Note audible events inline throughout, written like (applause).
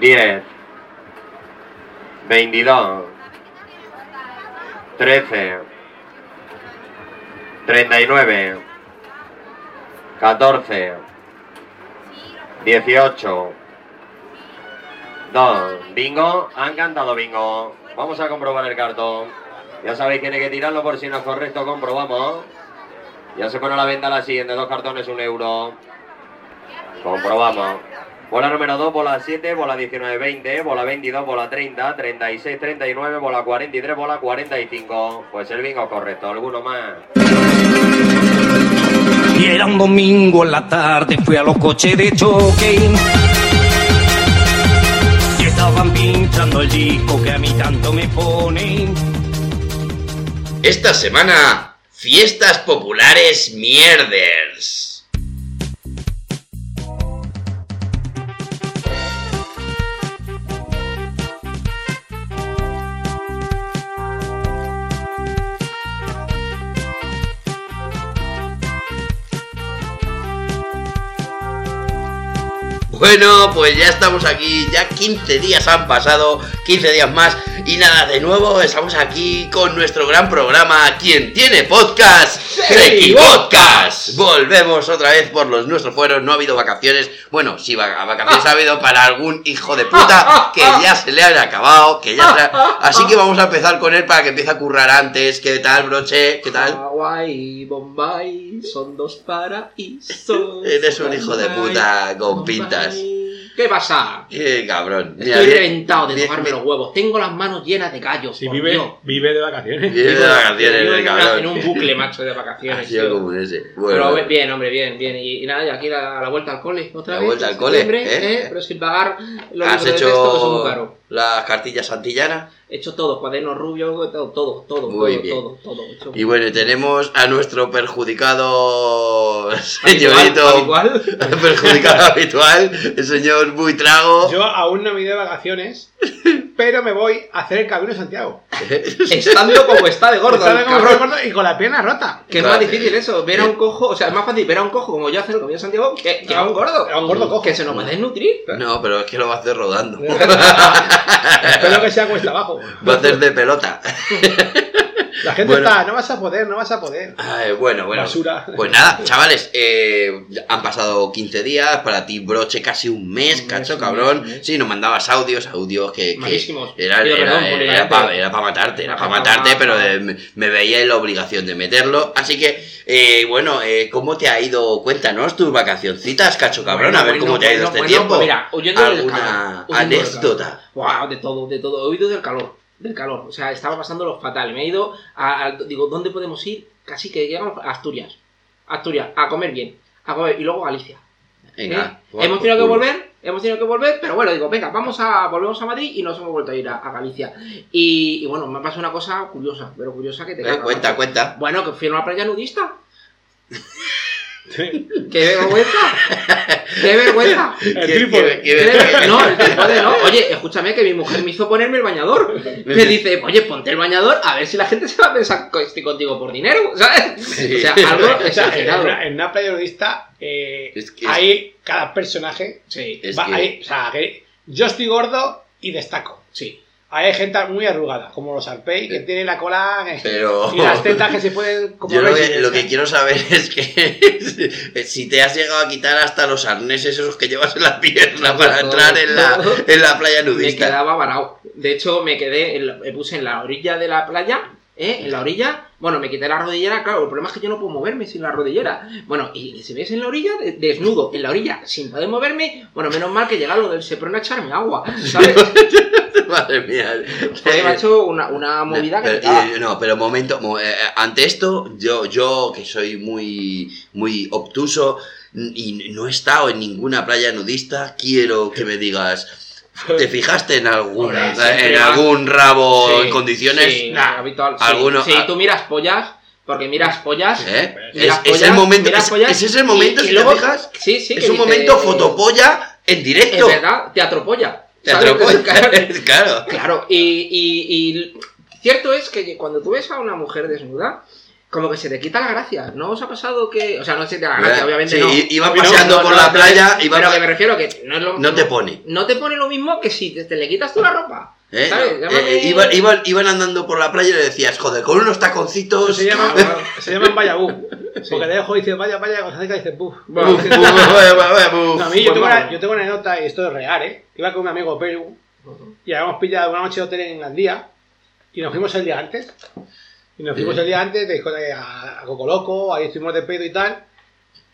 10, 22, 13, 39, 14, 18, 2, bingo, han cantado bingo. Vamos a comprobar el cartón. Ya sabéis que hay que tirarlo por si no es correcto, comprobamos. Ya se pone a la venta la siguiente, dos cartones, un euro. Comprobamos. Bola número 2, bola 7, bola 19, 20, bola 22, bola 30, 36, 39, bola 43, bola 45. Pues el bingo correcto, alguno más. Y era un domingo en la tarde, fui a los coches de choque. Y estaban pinchando el disco que a mí tanto me ponen. Esta semana, fiestas populares mierders. Bueno, pues ya estamos aquí, ya 15 días han pasado, 15 días más, y nada, de nuevo estamos aquí con nuestro gran programa, quien tiene podcast, se equivocas. Volvemos otra vez por los nuestros fueros, no ha habido vacaciones, bueno, sí, va- vacaciones ha habido para algún hijo de puta que ya se le han acabado, que ya... se ha- Así que vamos a empezar con él para que empiece a currar antes, ¿qué tal, broche? ¿Qué tal? Hawaii, Bombay, son dos (laughs) paraísos. Eres un hijo de Bombay, puta con Bombay. pintas. ¿Qué pasa? Qué cabrón. Mira, Estoy bien- reventado de bien- tocarme bien- los huevos. Tengo las manos llenas de callos. Si por vive, Dios. vive de vacaciones. bien de vacaciones, Vivo el en, una- cabrón. en un bucle, macho, de Ha vacaciones. sido tío. como un ese. Bueno, Pero bien, hombre, bien, bien. Y, y nada, y aquí la, la vuelta al cole. Otra La vez, vuelta en al cole, septiembre, ¿eh? Pero sin pagar los libros ¿has de texto, que son muy hecho caros. las cartillas santillanas? He hecho todo, cuadernos rubios, todo, todo, todo, Muy todo, bien. todo, todo, he hecho- Y bueno, y tenemos a nuestro perjudicado señorito, Habitual, habitual. (laughs) perjudicado habitual, el señor Buitrago. Yo aún no me he ido de vacaciones, pero me voy a hacer el camino de Santiago. Estando como está de gordo. ¿Sabes el cómo cabrón. me acuerdo? Y con la pierna rota. Que es más Vale. difícil eso, ver a Eh. un cojo, o sea, es más fácil ver a un cojo como yo hacer el comido Santiago que, que a un gordo. A un gordo cojo. Que se nos va a desnutrir. No, pero es que lo va a hacer rodando. Espero que sea cuesta abajo. Va a hacer de pelota. La gente Bueno. está, no vas a poder, no vas a poder. Ay, bueno, bueno. Basura. Pues nada, chavales, eh, han pasado 15 días, para ti broche casi un mes, Un mes, cacho, un cabrón. mes, un mes. Sí, nos mandabas audios, audios que... que Malísimos. era, Pido perdón era, por era, liarte. para matarte, era para matarte, pero eh, me, me veía en la obligación de meterlo. Así que, eh, bueno, eh, ¿cómo te ha ido? Cuéntanos tus vacacioncitas, cacho cabrón, Bueno, a ver bueno, cómo te ha ido bueno, este bueno, tiempo. pues mira, huyendo del ¿Alguna calor, huyendo del anécdota? Wow, de todo, de todo. He huido del calor, del calor. O sea, estaba pasándolo fatal. Me he ido a, a- digo, ¿dónde podemos ir? Casi que llegamos a Asturias. Asturias, a comer bien. A comer, y luego Galicia. Venga, pues ¿eh? guau, hemos tenido que culo. volver, hemos tenido que volver, pero bueno, digo, venga, vamos a, volvemos a Madrid y nos hemos vuelto a ir a, a Galicia. Y, y bueno, me ha pasado una cosa curiosa, pero curiosa que te Eh, cagas, cuenta, macho. cuenta. Bueno, que fui a una playa nudista. ¡Qué vergüenza! ¡Qué vergüenza! El ¿Qué- trípode. qué- ¡Qué vergüenza! qué- (laughs) No, el trípode no. Oye, escúchame que mi mujer me hizo ponerme el bañador. Me dice, oye, ponte el bañador a ver si la gente se va a pensar que estoy contigo por dinero, ¿sabes? Sí. O sea, algo (laughs) O sea, en exagerado. una, en una playa nudista, eh, Es que- hay cada personaje. Sí, Es va- que- hay- o sea, que yo estoy gordo y destaco. sí. Hay gente muy arrugada, como los arpey, que tiene la cola eh, Pero... y las tetas que se pueden. Como Yo lo veis, que, eh, lo que quiero saber (laughs) es que (laughs) si te has llegado a quitar hasta los arneses esos que llevas en la pierna para Todo, entrar en la, todo. en la playa me nudista. quedaba varado. De hecho, me quedé, en la- me puse en la orilla de la playa, ¿eh? en la orilla. Bueno, me quité la rodillera, claro, el problema es que yo no puedo moverme sin la rodillera. Bueno, y si ves en la orilla, de- desnudo, en la orilla, sin poder moverme, bueno, menos mal que llega lo del Seprona a echarme agua, ¿sabes? (laughs) Madre mía. Porque me ha hecho una, una movida que Pero- te cagas. eh, no, pero momento, mo- eh, ante esto, yo, yo que soy muy, muy obtuso n- y no he estado en ninguna playa nudista, quiero que me digas, (laughs) ¿te fijaste en algún, Hombre, en siempre va- algún rabo Sí, en condiciones? sí, Nah. habitual, sí. Alguno- ah. Sí, tú miras pollas, porque miras pollas. ¿Eh? Es, miras es pollas, el momento, miras es, pollas, ese es el momento, y- y si luego- te fijas. Sí, sí. es que un dices, momento fotopolla en Es directo. verdad, te atropolla. Te ¿sabes? (laughs) atropellan, (laughs) claro. Claro, y, y- y cierto es que cuando tú ves a una mujer desnuda, como que se te quita la gracia. ¿No os ha pasado que.? O sea, no se te da la gracia, Ah, obviamente Sí, no. i- iba No, no, paseando no, por no, la no, playa, iba Pero pa- que me refiero que no es lo No te pone. no te pone lo mismo que si te, te le quitas tú la ropa. ¿eh? ¿Sabes? Eh, Llámame- iba- iba- iban andando por la playa y le decías, joder, con unos taconcitos. Se llaman, se llaman vaya bu. Sí. Porque te dejo y dices vaya, vaya, cuando se acerca dices buf. (laughs) Bueno, Buf, buf, buf, buf, buf. No, a mí yo pues tengo, una, vamos. yo tengo una anécdota, y esto es real, ¿eh? Iba con un amigo Perú y habíamos pillado una noche de hotel en Gandía y nos fuimos el día antes. Y nos fuimos Sí. el día antes de discoteca a, a Coco Loco, ahí estuvimos de pedo y tal.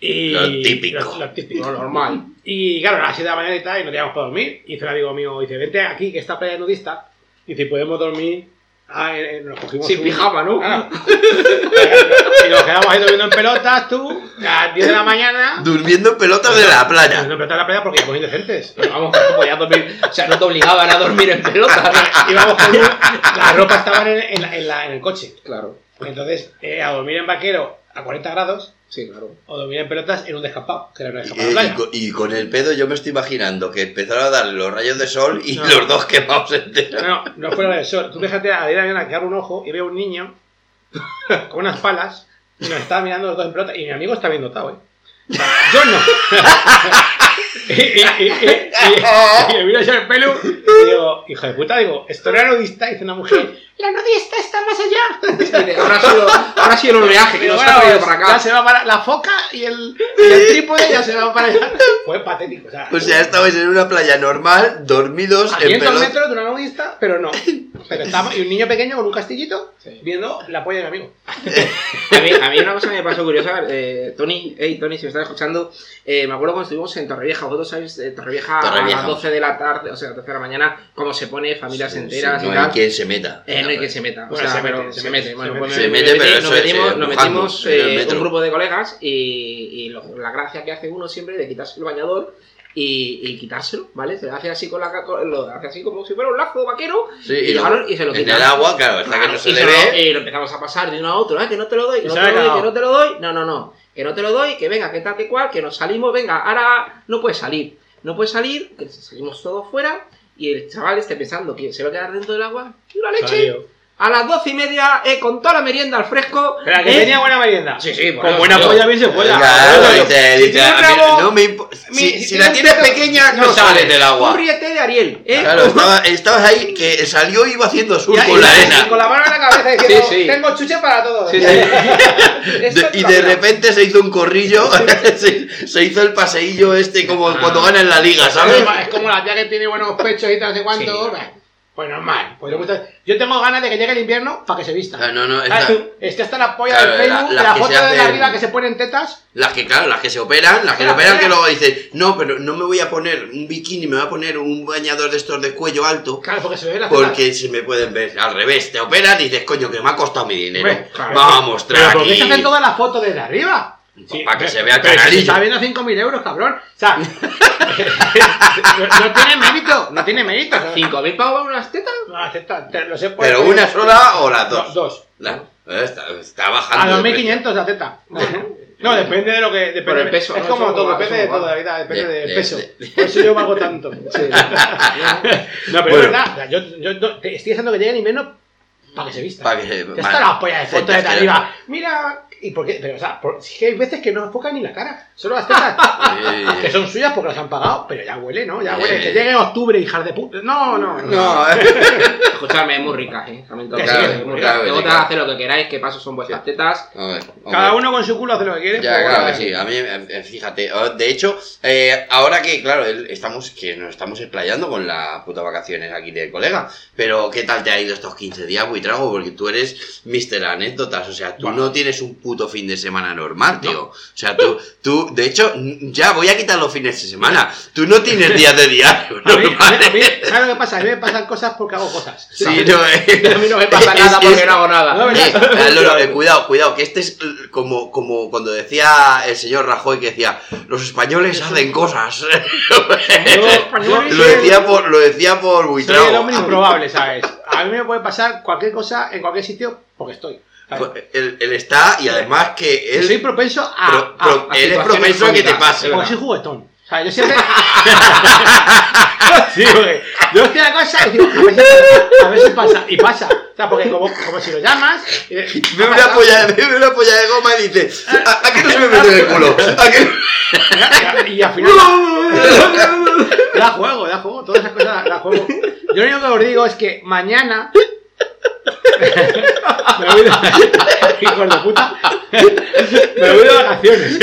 Y Lo típico. Lo, lo típico. lo normal. Y claro, a las 7 de la mañana y tal, y nos íbamos para dormir. Y dice un amigo mío, dice, vente aquí, que esta playa es nudista. Y si podemos dormir, ah, eh, eh, nos cogimos Sin un- pijama, ¿no? Claro. (laughs) y nos quedamos ahí durmiendo en pelotas, tú, a las 10 de la mañana. Durmiendo en pelotas de la playa. Durmiendo en pelotas en la playa porque éramos indecentes. Pero vamos, que tú podías dormir. O sea, no te obligaban a dormir en pelota. (laughs) íbamos con un- la ropa estaba en, en la- en la- en el coche. Claro, Entonces, eh, a dormir en vaquero a 40 grados sí, claro. o dormir en pelotas en un descampado, que era un Y, descampado de eh, playa. y co- y con el pedo yo me estoy imaginando que empezaron a darle los rayos de sol y No. los dos quemados enteros. No, no, no fuera del sol. Tú fíjate a la idea de que abro un ojo y veo un niño con unas palas y nos está mirando los dos en pelotas. Y mi amigo está bien dotado, ¿eh? Yo no. (laughs) y, y, y, y- y- y me miro yo el pelo y digo, hijo de puta, digo, esto era nudista, y dice una mujer. La nudista está más allá. (laughs) Ahora sí, lo- ahora sí el oleaje Ah, que Digo, nos bueno, ha traído pues, para Ya acá. se va para la foca y el, y el trípode ya se va para allá. Fue patético. O sea, Pues O sea, estabais en una playa normal, dormidos a en 500 pelotas. metros de una nudista, pero no. Pero estaba, y un niño pequeño con un castillito Sí. viendo la polla de mi amigo. A mí, a mí una cosa que me pasó curiosa, eh, Tony, hey, Tony, si me estás escuchando, eh, me acuerdo cuando estuvimos en Torrevieja, vosotros sabéis, eh, Torrevieja, Torrevieja. a las 12 de la tarde, o sea, a las 12 de la mañana, cómo se pone, familias enteras no y hay tal. quien se meta. Eh, no hay quien se meta, o Bueno, sea, se pero mete, se se mete. mete, Bueno, se pues mete. me- Se me- mete, pero nos eso es, eh, metimos, nos mojando metimos, en el eh, metro. un grupo de colegas y, y lo- la gracia que hace uno siempre de quitarse el bañador y, y quitárselo, ¿vale? Se hace así con la ca- con- lo hace así como si fuera un lazo vaquero Sí, y, luego, llegaron y se lo en quitaron. el agua, claro, hasta que Claro, no se eh, Ah, y le se lo- ve. y lo empezamos a pasar de uno a otro, ah, que no te lo doy, que no se te ha lo doy, acabado. que no te lo doy. No, no, no, que no te lo doy, que venga, que tal, que cual, que nos salimos, venga, ahora no puedes salir. No puedes salir, que salimos todos fuera y el chaval esté pensando que se va a quedar dentro del agua. ¡Y una leche! Salió. A las doce y media, eh, con toda la merienda al fresco. Espera, que eh, tenía buena merienda. Sí, sí, por Con Dios, buena tío. polla bien se juega. Claro, Bueno, dice- si dice, tiene "Ah, un mira, rabo, no me impo- mi- si, si si la tiene un tienes pelo, pequeña, no no sales sale. del agua. Un riete de Ariel, eh. Claro, estaba- estabas ahí que salió y iba haciendo sur ya- con la y- arena. (laughs) y Con la mano en la cabeza diciendo, Sí, sí. tengo chuche para todos. Sí, sí. De- y de repente se hizo un corrillo, (laughs) se, se hizo el paseillo este como cuando ganan la liga, ¿sabes? Es como la tía que tiene buenos pechos y tal, no sé cuánto. Pues normal. Pues le gusta- Yo tengo ganas de que llegue el invierno para que se vista. Ah, no, no, Ah, esta- tú, Este está la polla Claro, del la- Facebook, la, las que foto se de hacen- la arriba que se ponen tetas. Las que, claro, las que se operan, las que se Claro, operan que claro. luego dicen, no, pero no me voy a poner un bikini, me voy a poner un bañador de estos de cuello alto, Claro, porque se ve la porque se me pueden ver al revés. Te operan y dices, coño, que me ha costado mi dinero. Hombre, claro. Vamos, Pero ¿por qué se hacen traqui. todas las fotos desde arriba? para que pero- se vea pero si canarillo. se Está viendo 5.000 euros, cabrón. O sea, (laughs) no, no tiene mérito, no tiene mérito. O sea, ¿Cinco mil pavos unas tetas? No, acepta, te- los he puesto- Pero una sola o las eh, No, dos. dos. La- eh, está, está bajando. A de precio. 2.500 la teta. No, depende de lo que. Depende, Por el peso, Es ¿no? como Eso todo, va, eso depende de va. todo, la vida, depende De- del de- peso. de- Por eso yo (laughs) pago tanto. No, pero Bueno. es verdad, o sea, yo, yo no- te estoy diciendo que llegue el invierno para que se vista. Pa' que se- Ya vale. está la polla de foto de Te- te- arriba. Mira, ¿y por qué? Pero, o sea, por- es que hay veces que no enfocan ni la cara, solo las (laughs) tetas. (laughs) Eh, que son suyas porque las han pagado, pero ya huele, ¿no? Ya huele. Eh. Que llegue octubre, hijas de puta. No, no, no. No, eh. Escuchadme, es muy rica, eh. También tengo que Claro, decir, es muy rica. claro, Luego sí, te claro. haced lo que queráis, que paso son vuestras tetas. A ver, hombre. Cada uno con su culo hace lo que quiere. Ya, pero claro que bueno, sí. A mí, eh, eh, fíjate, oh, de hecho, eh, ahora que, claro, el- estamos, que nos estamos explayando con las putas vacaciones aquí del colega, pero ¿qué tal te ha ido estos 15 días, Buitrago? Porque tú eres Mr. Anécdotas, o sea, tú no tienes un puto fin de semana normal, tío. O sea, tú, tú, de hecho, n- ya voy a quitar los fines de semana. Tú no tienes días de diario (laughs) A mí, a mí- a mí, normales. ¿sabes lo que pasa? A mí me pasan cosas porque hago cosas. Sí, no, eh. A mí no me pasa Es- nada es- porque no hago No, nada. ¿verdad? Eh, eh, Lolo, eh, cuidado, cuidado, que este es eh, como, como cuando decía el señor Rajoy que decía, los españoles hacen (laughs) cosas. (laughs) lo decía por, lo decía por Soy el Buitrago. Ah, hombre improbable, ¿sabes? A mí me puede pasar cualquier cosa en cualquier sitio porque estoy. ¿sabes? Él, él está y además que Que Pues, él, soy propenso a. pro- a- pro- a él es situaciones propenso a que te cómicas, pase. (laughs) porque soy juguetón. O sea, yo siempre. (laughs) sí, güey. Yo es que la cosa es, digo, a ver si pasa, a ver si pasa, y pasa. O sea, porque como, como si lo llamas. eh, Ve ha una, pasado. polla, (laughs) ve una polla de goma y dice, ¿a, a qué no se me mete en el culo? ¿A qué no?". Y, y al final. da juego, da juego, todas esas cosas da, da juego. Yo lo único que os digo es que mañana. (laughs) Me voy de. Hijos de (laughs) puta. Me voy de vacaciones.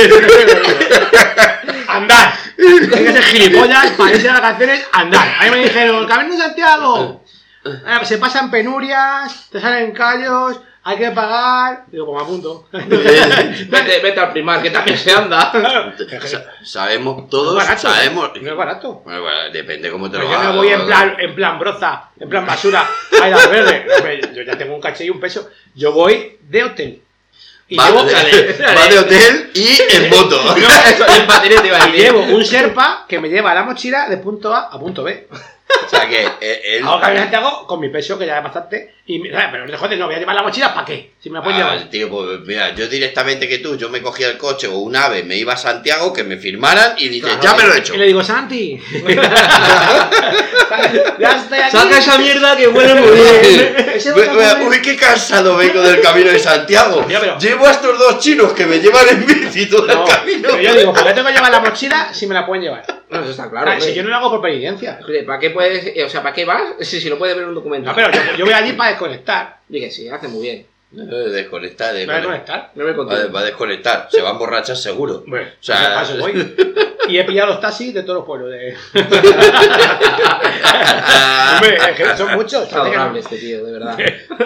Andar. Hay que ser gilipollas para irse de vacaciones, andar. Ahí me dijeron, Camino de Santiago. Eh, Se pasan penurias, te salen callos, hay que pagar. Digo, como apunto. Vete, vete al primar, que también se anda. (laughs) Sa- Sabemos todos, No es barato, ¿eh? sabemos. No es barato. Bueno, bueno, depende cómo te Pero lo yo hagas. no voy en plan, en plan broza, en plan basura, a ir al verde. Hombre, Yo ya tengo un caché y un peso. Yo voy de hotel. Y Va, llevo, (laughs) ¿eh? de, va de hotel y en (laughs) moto. Eso, en batería te iba a y decir. llevo un serpa que me lleva la mochila de punto A a punto B. O sea que eh, él. Hago camino de Santiago con mi peso, que ya es bastante. Y, me- ah, pero joder, no voy a llevar la mochila, ¿para qué? Si me la pueden Ah, llevar. tío, pues mira, yo directamente que tú, yo me cogía el coche o un ave, me iba a Santiago, que me firmaran y dices, ya me lo he hecho. Y le digo, (laughs) Santi. ya estoy aquí. Saca (laughs) esa mierda que huele muy bien. (laughs) Ese Ve- ve- botón- Uy, qué cansado vengo del camino de Santiago. Ya, pero- Llevo a estos dos chinos que me llevan en bici todo No, el camino. pero yo (laughs) digo, ¿por qué tengo que llevar la mochila si me la pueden llevar? No, eso está Ah, claro. si yo no lo hago por penitencia. ¿Para qué puedes, eh, o sea, para qué vas? (laughs) Si, si lo puedes ver en un documento. No, pero yo, yo (laughs) voy allí para desconectar. Dije, sí, hace muy bien. Eh, Desconectar, ¿Para desconectar. desconectar? No me Va, contigo. va a desconectar, se va a emborrachar seguro. Bueno, o sea, (laughs) sea, paso voy. Y he pillado los taxis de todos los pueblos. De... Ah, (laughs) Hombre, es pues, que son muchos. Está adorable este tío, de verdad.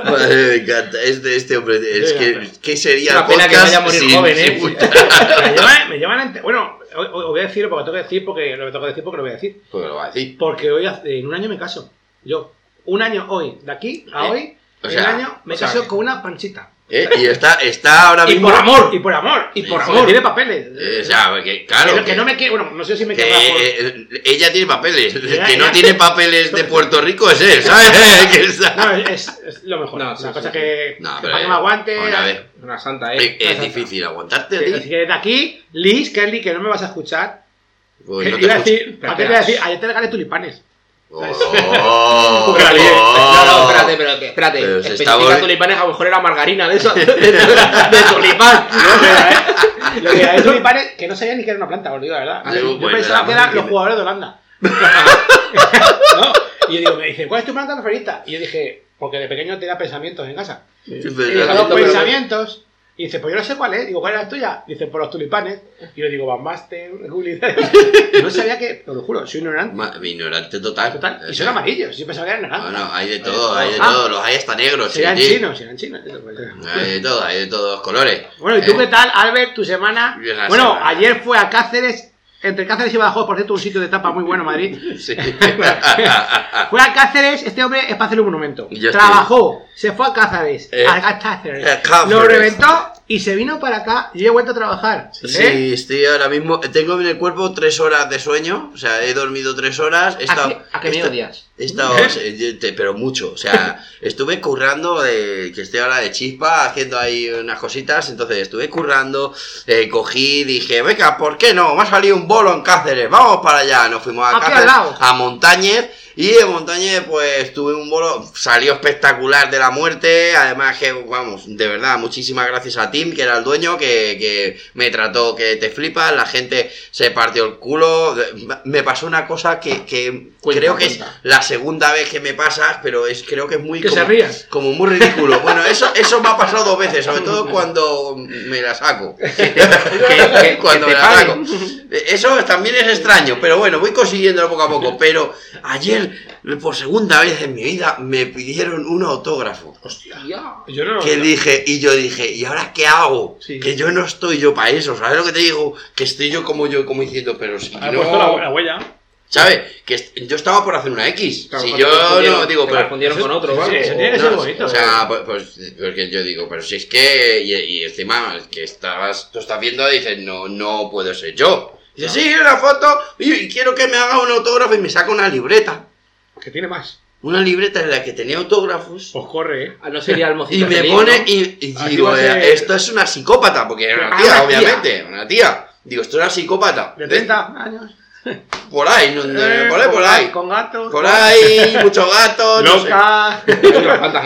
Madre, me encanta. Este, este hombre, es Sí, que, ¿qué sería Una el pena que podcast vaya a morir sin- joven, sin ¿eh? (laughs) puta? Me llevan, me llevan ante- Bueno, hoy, hoy voy a decirlo porque lo tengo que decir porque lo tengo que decir porque lo voy a decir. Pues lo va a decir. Porque hoy hace- en un año me caso. Yo. Un año hoy, de aquí a Eh, hoy, o en sea, un año me o sea, caso que- con una panchita. ¿Eh? Y está, está ahora mismo. amor. Y por amor. Y por Sí, amor. sí. Tiene papeles. Eh, o sea, que, claro. que, que no me quiere. Bueno, no sé si me que, queda por- eh, eh, ella tiene papeles. El Ya, que no ya. tiene papeles de Puerto Rico es él, ¿sabes? (laughs) (laughs) Que está- No, es, es lo mejor. No, una sí, sí, cosa sí. que, No, que pero, para que me eh, aguante. vamos a ver. Una santa, Es, ¿eh? es Una santa. difícil aguantarte, Sí, a Así ti. que desde aquí, Liz, Kelly, que no me vas a escuchar, Pues no te iba a te escucho. decir, ¿a qué te iba a decir? Ayer te regalé tulipanes. (laughs) Oh, Caliente. No, no, oh. (laughs) espérate, pero que- espérate. Pero se está Especifica volvi- tulipanes, a lo mejor era margarina de esa. de tulipán. Lo que regalé tulipanes, que no sabía ni que era una planta, os digo la verdad. Ah, Yo, bueno, pensaba era que eran margarina. los jugadores de Holanda. (laughs) ¿No? Y yo digo, me dice, ¿cuál es tu planta favorita? Y yo dije, porque de pequeño tenía pensamientos en casa. Sí, Y pero- dije, los pero- pensamientos. Y dice, pues yo no sé cuál es. Digo, ¿cuál era la tuya? Dice, por los tulipanes. Y yo digo, Van Basten, (laughs) (laughs) Gullit. No sabía que, os lo juro, soy ignorante. Ma- Ignorante total. Ah, Total, y Eso- son amarillos, yo pensaba que eran No, naranjas. no, hay de todo, hay de Ah. todo. Los hay hasta negros. Serán sí, sí. chinos, serán chinos. Hay de todo, hay de todos los colores. Bueno, ¿y tú Eh, qué tal, Albert, tu semana? Bien, la Bueno, semana. ayer fue a Cáceres, entre Cáceres y Badajoz, por cierto, un sitio de tapa muy (laughs) bueno, Madrid. Sí. Fue a Cáceres, este hombre es para hacerle un monumento. Yo Ah. estoy- Trabajó, se fue a Cáceres, Eh, a Cáceres, a Cáceres. lo reventó y se vino para acá. Yo he vuelto a trabajar. ¿eh? Sí, estoy ahora mismo. Tengo en el cuerpo tres horas de sueño. O sea, he dormido tres horas. He ¿A estado, qué, a qué me esta- odias? He estado, eh, yo te- pero mucho, o sea, (laughs) estuve currando, eh, que estoy ahora de chispa, haciendo ahí unas cositas, entonces estuve currando, eh, cogí, dije, venga, ¿por qué no? Me ha salido un bolo en Cáceres, vamos para allá, nos fuimos a Aquí al Cáceres, lado. a Montañez, y en Montañez pues tuve un bolo, salió espectacular de la muerte, además que, vamos, de verdad, muchísimas gracias a Tim, que era el dueño, que, que me trató que te flipas, la gente se partió el culo, me pasó una cosa que, que Cuenta, creo que es cuenta. la segunda vez que me pasa, pero es creo que es muy Que como, se rías. como muy ridículo. Bueno, eso eso me ha pasado dos veces, sobre todo cuando me la (laughs) saco. (laughs) que- cuando que me te la saco. paguen. Eso también es extraño, pero bueno, voy consiguiéndolo poco a poco. Pero ayer, por segunda vez en mi vida, me pidieron un autógrafo. Hostia. Yo no lo Que dije, y yo dije, ¿y ahora qué hago? Sí. Que yo no estoy yo para eso, ¿sabes lo que te digo? Que estoy yo como yo, como diciendo, pero si Ah, pues Ha no... puesto la, la huella. ¿Sabes? Que est- yo estaba por hacer una X. Claro, si cuando te yo confundieron- no digo, te pero. confundieron eso- con otro, sí, ¿vale? eso tiene que O- ser Eh, no, bonito, O sea, pues, pues, porque yo digo, pero si es que. Y, y encima, es que estabas, tú estás viendo y dices, no, no puedo ser yo. Dice, sí, una foto, y, y quiero que me haga un autógrafo y me saca una libreta. Que tiene más. Una libreta en la que tenía autógrafos. Pues corre, ¿eh? Ah, no sería el Y mocito me feliz, pone ¿no? y, y Aquí digo, va a ser- eh, esto es una psicópata, porque era una Ah, tía, una tía. obviamente, una tía. Digo, esto es una psicópata. De 30 años. Por ahí, no- Eh, por ahí, con- por ahí. Con gatos. Por (laughs) ahí, muchos gatos. no sé. Loca.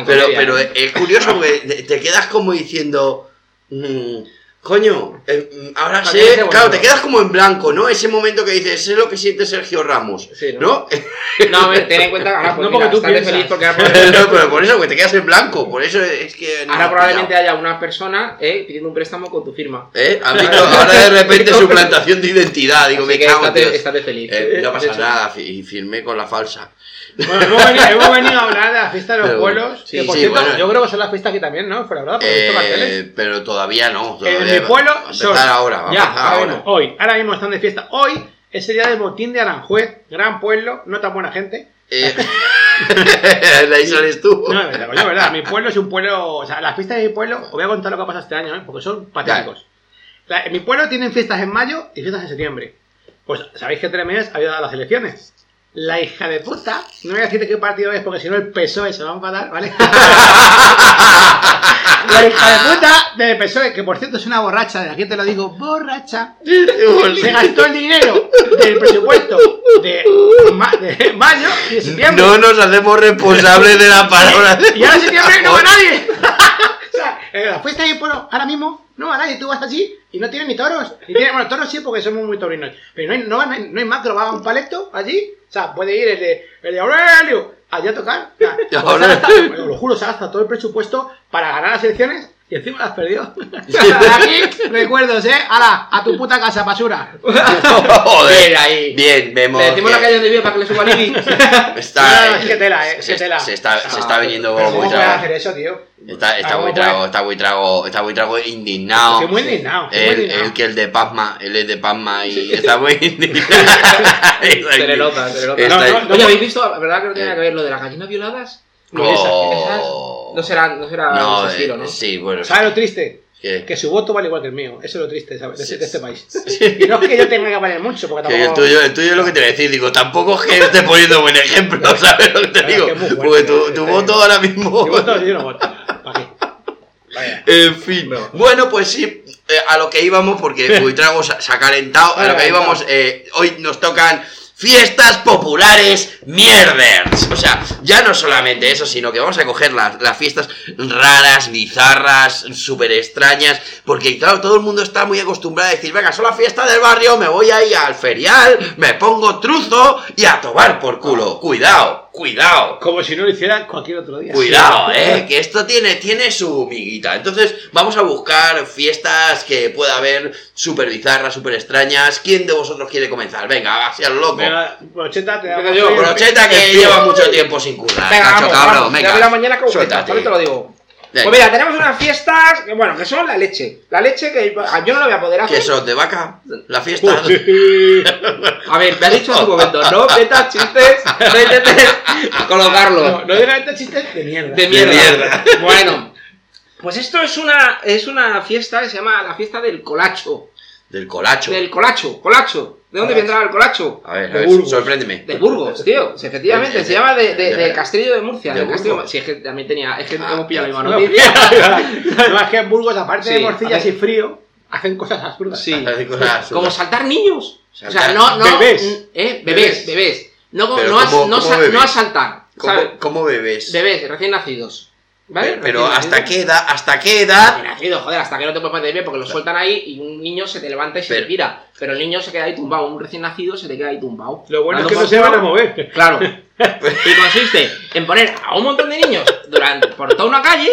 Pero, pero es curioso porque te- te quedas como diciendo, mm, coño, eh, mm, ahora Para sé, que esté bueno. claro, te quedas como en blanco, ¿no? Ese momento que dices, sé lo que siente Sergio Ramos, Sí, ¿no? eh, No, a ver, ten en cuenta que (laughs) ahora, pues, Ah, No, porque mira, tú estás de piensas. feliz porque ahora, No, pero por eso, que te quedas en blanco, por eso es que... no ahora me ha probablemente haya una persona eh, pidiendo un préstamo con tu firma. pillado. ¿Eh? ¿Has visto? Ahora de repente No, pero- suplantación de identidad, digo, Así me que cago en estate, Dios. estate feliz. Eh, no De pasa hecho, nada, fi- y firmé con la falsa. Bueno, hemos venido, hemos venido a hablar de las fiestas de los Pero bueno, pueblos. sí, que por sí, cierto, bueno. yo creo que son las fiestas aquí también, ¿no? Fuera, ¿verdad? Porque he visto carteles. Eh, pero todavía no. Todavía En mi va- pueblo va a son- empezar ahora, va a Ya, empezar ahora, ahora. hoy. Ahora mismo están de fiesta. Hoy es el día del motín de Aranjuez. Gran pueblo, no tan buena gente. Eh, (laughs) de ahí sales tú. No, es verdad, coño, es verdad. Mi pueblo es un pueblo. O sea, las fiestas de mi pueblo, os voy a contar lo que ha pasado este año, ¿eh? porque son patéticos. La- en mi pueblo tienen fiestas en mayo y fiestas en septiembre. Pues sabéis que tres meses había dado las elecciones. La hija de puta, no voy a decirte qué partido es porque si no el PSOE E se va a enfadar, ¿vale? (laughs) La hija de puta del PSOE, E, que por cierto es una borracha, de aquí te lo digo, borracha. Se gastó el dinero del presupuesto de, ma- de mayo y de septiembre. No nos hacemos responsables de la palabra. Y ahora en (laughs) septiembre no va nadie. o sea, eh, la fiesta de pueblo ahora mismo no va nadie. Tú vas allí y no tienen ni toros. Ni tienen, bueno, toros sí porque somos muy taurinos. Pero no hay, no, van- no hay macro, va a un paleto allí. O sea, puede ir el de, el de Aurelio allá a tocar. O (laughs) Ya, sea, pues se Aurelio. gasta- bueno, lo juro, se gasta todo el presupuesto para ganar las elecciones y encima las perdió. (laughs) De aquí, recuerdos, ¿eh? Ala, a tu puta casa, basura. Oh, Joder. Bien ahí. Bien, vemos. Le decimos que la calle donde vive para que le suba el IBI. (laughs) No, Está, es que tela, eh, es se, que tela. Ah, se está, se está viniendo Pero muy ¿Cómo puede hacer trago. eso, tío? Está, está ¿Cómo muy puede- trago, está muy trago, está muy trago indignado. Estoy muy indignado, estoy muy Ah, El, indignado. el que el de Pasma, él es de Pasma y está (laughs) muy indignado. Se le nota, se le nota. Está- No, no, no. Oye, ¿habéis visto? La verdad que no tiene Eh. nada que ver lo de las gallinas violadas. No, esas, esas Oh. no serán, no será No, ese estilo, eh, ¿no? sí, bueno. ¿Sabes lo triste? que- que su voto vale igual que el mío. Eso es lo triste, ¿sabes? De, Sí, de este sí. país. Y no es que yo tenga que valer mucho, porque Que el tampoco. tuyo, el tuyo es lo que te voy a decir, digo, tampoco es que esté poniendo buen ejemplo, (laughs) ¿sabes lo que te Claro, digo? que es muy fuerte, Porque tu, eh, tu eh, voto ahora mismo... (laughs) Yo voto, yo no voto. ¿Para qué? Vaya. En fin. Bravo. Bueno, pues sí, eh, a lo que íbamos, porque Buitrago se, se ha calentado, a lo que íbamos, eh, hoy nos tocan fiestas populares mierders. O sea, ya no solamente eso, sino que vamos a coger las, las fiestas raras, bizarras, súper extrañas, porque claro, todo el mundo está muy acostumbrado a decir, venga, son las fiestas del barrio, me voy ahí al ferial, me pongo truzo y a tomar por culo. Cuidado, cuidado. Como si no lo hiciera cualquier otro día. Cuidado, eh, que esto tiene, tiene su miguita. Entonces, vamos a buscar fiestas que pueda haber súper bizarras, súper extrañas. ¿Quién de vosotros quiere comenzar? Venga, hacia el loco. Venga, brocheta, te Venga, damos yo, ahí. Brocheta que Empieza. lleva mucho tiempo sin currar, Venga, cacho vamos, cabrón, vamos. venga. Ya la mañana con Suéltate. también te lo digo. Venga. Pues mira, tenemos unas fiestas que, bueno, que son la leche. La leche que ah, yo no la voy a poder hacer. ¿Qué sos, de vaca? La fiesta. A ver, me has dicho en tu (laughs) momento, no metas chistes, no intentes No, colocarlo. no digas este chiste de mierda. De De mierda. mierda. (laughs) Bueno, pues esto es una, es una fiesta que se llama la fiesta del colacho. Del colacho. Del colacho, colacho. ¿De dónde vendrá el colacho? A ver, a De ver, Burgos. sorpréndeme. De (laughs) Burgos, tío. Sí, Efectivamente, Eh, se llama de, de- eh, del Castillo de Murcia. ¿de del Castillo- Burgos? Sí, es que también tenía. Es que Ah, hemos pillado la misma (laughs) No, noticia. no, es que en Burgos, aparte de Sí, morcillas a y ver. frío, hacen cosas absurdas. Sí. Hacer cosas Como absurdas. saltar niños. Saltar. O sea, no, no. Bebés. n- ¿eh? Bebés, Bebés. bebés. No, como- Pero no, as- ¿cómo- no cómo sa- bebés? no a saltar. ¿sabes? ¿Cómo, cómo bebes? Bebés, recién nacidos. ¿Vale? Pero, pero Recién ¿hasta nacidos. qué edad? ¿Hasta qué edad? Recién nacidos, joder, hasta que no te puedes meter bien porque lo sueltan ahí y un niño se te levanta y se Pero- te tira. Pero el niño se queda ahí tumbado, un recién nacido se te queda ahí tumbado. Lo bueno es Dando que no por se culo. van a mover. (laughs) Claro. Y consiste en poner a un montón de niños durante, por toda una calle,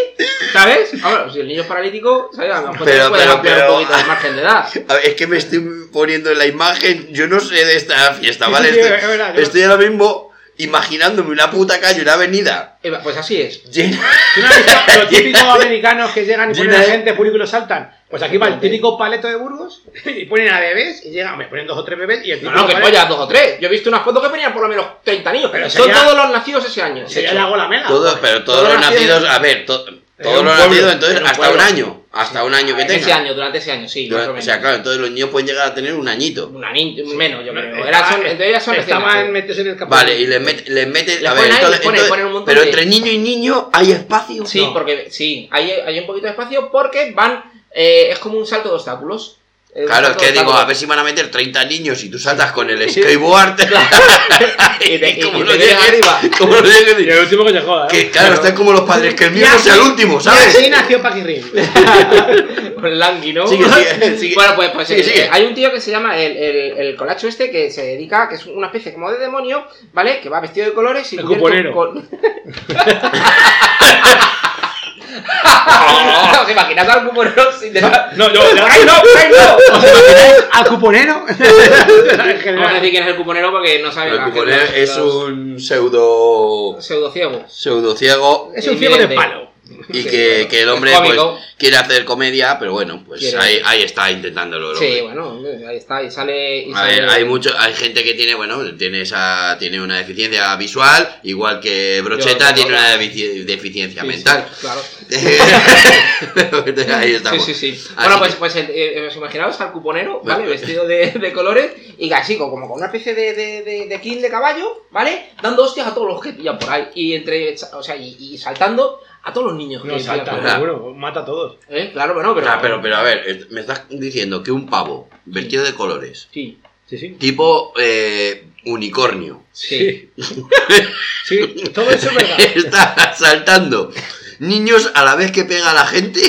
¿sabes? Ahora, si el niño es paralítico, ¿sabes? A lo mejor Pero- te puedes pero- ampliar pero- un poquito el margen de edad. A ver, es que me estoy poniendo en la imagen. Yo no sé de esta fiesta, Sí, ¿vale? sí, sí, Estoy, es verdad, yo- estoy ahora mismo imaginándome una puta calle, una avenida Eh, Pues así es. llena. (laughs) ¿Tú no has visto los típicos americanos que llegan y ponen a Gina, eh. gente público y lo saltan? Pues aquí va el típico paleto de Burgos (laughs) y ponen a bebés y llegan, me ponen dos o tres bebés y el No, típico no, que paleto- pollas, dos o tres. Yo he visto unas fotos que tenían por lo menos 30 niños. Pero Son sería- todos los nacidos ese año. Sería la golamela. Todos, pero todos Todos los nacidos, nacidos- a ver, to- todos un los pueblo, nacidos, entonces en un hasta un pueblo. año. Hasta un año que Ese tenga. año, durante ese año, sí. más o O menos. sea, claro, entonces los niños pueden llegar a tener un añito. Una niña, menos, yo creo. Estaba- Era son, entonces ya ah, son recién Estaban nacidos. metidos en el capullo. Vale, y les mete, les mete, Le a ver, ponen ahí, entonces- le ponen- entonces- ponen un montón pero de- entre niño y niño hay espacio. Sí, No. porque sí, hay, hay un poquito de espacio porque van. eh, es como un salto de obstáculos. El Claro, es gato que está digo, loco. a ver si van a meter 30 niños y tú saltas con (laughs) el skateboard. (laughs) Y te- y como te no vienes llegues, arriba. (laughs) como no llegues, Y el último que se joda. ¿eh? Que claro, están como los padres, que el mío no sea el último, Y ¿sabes? así nació Paquirrin. Con el langui, ¿no? Sigue, (laughs) sigue, sigue. Bueno, pues, pues Sigue, eh, sigue. hay un tío que se llama el, el, el colacho este que se dedica, que es una especie como de demonio, ¿vale? Que va vestido de colores y El cubierto (laughs) con- cuponero. (laughs) ¿Os imagináis al cuponero sin dejar- No, yo, ya- ¡Ay, no! ¡Ay, no! al cuponero. (laughs) en No vamos a general. decir quién es el cuponero porque no sabe El la cuponero gente, es los- un pseudo. pseudociego. pseudo ciego Es un ciego de Evidente. palo. y Sí, que, claro. que el hombre Es pues, cómico. quiere hacer comedia, pero bueno, pues Quiere. ahí, ahí está intentándolo. el Sí, hombre. bueno, ahí está, y sale... Y A sale- ver, hay mucho, hay gente que tiene, bueno, tiene esa, tiene una deficiencia visual, igual que Brocheta tengo tiene otra. una defici- deficiencia Sí, mental. sí, claro. (laughs) ahí estamos. Sí, sí, sí. Así Bueno, pues, que- Pues, pues el- eh, os imaginaos al cuponero, ¿vale? Bueno. Vestido de, de colores y así, como, como con una especie de, de, de, de kill de caballo, ¿vale? Dando hostias a todos los que pillan por ahí. Y entre o sea, y, y saltando a todos los niños. que No pillan salta, por Claro. ahí. seguro. Mata a todos. ¿Eh? Claro, bueno, pero... Ah, pero, pero a ver, eh, me estás diciendo que un pavo vestido de colores, Sí, Sí, sí. tipo eh, unicornio, sí. (laughs) (laughs) Sí, todo eso es verdad. (laughs) está saltando niños a la vez que pega a la gente.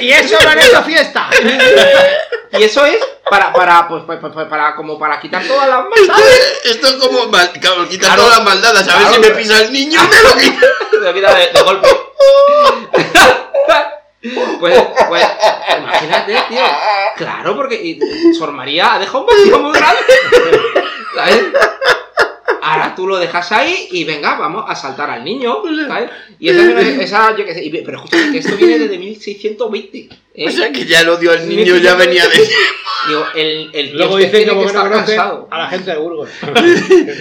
y eso lo han hecho fiesta. (laughs) Y eso es para, para, pues, pues, pues, pues, para, como para quitar todas las Esto maldades es- Esto es como mal, claro, quita Claro. todas las maldades. A ver Claro. si me pisa el niño y me lo quita. de la vida de, de golpe. Pues, pues, imagínate, tío. Claro, porque y- Sor María ha dejado un vacío muy grande. ¿Sabes? Ahora tú lo dejas ahí y venga, vamos a saltar al niño. ¿sabes? Y esa, esa yo qué sé. y- pero escúchame, que esto viene desde 1620. ¿eh? (laughs) O sea que ya el odio al niño ya venía de. Digo, el, el tío Luego este dicen que tiene que porque no estar conoce cansado. a la gente de Burgos.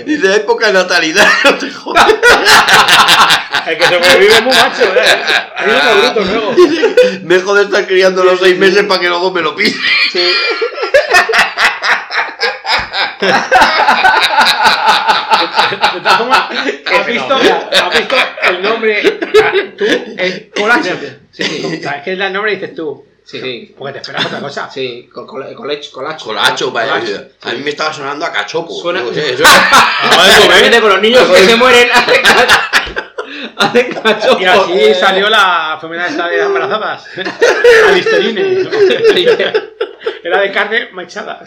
(laughs) Y de época de natalidad. (laughs) No te jodas. (laughs) El que sobrevive es muy macho, ¿eh? (laughs) Hay un bruto luego. Me jode estar criando los seis meses para que luego me lo pise. (laughs) Sí. De (laughs) todas formas, ¿Has visto, has visto el nombre? Tú, el colacho. Sí, sí. Sabes que es el nombre y dices tú. Sí, sí. Porque te esperas otra (laughs) cosa. Sí, col- col- colech- colacho. Colacho, vaya. A mí me estaba sonando a cachopo. Suena- no sé, (laughs) suena- ¿eh? Vete con los niños que se (laughs) mueren. Hacen cacho. Y así salió la enfermedad esta de (laughs) las embarazadas. Alisterine. Era de carne manchada.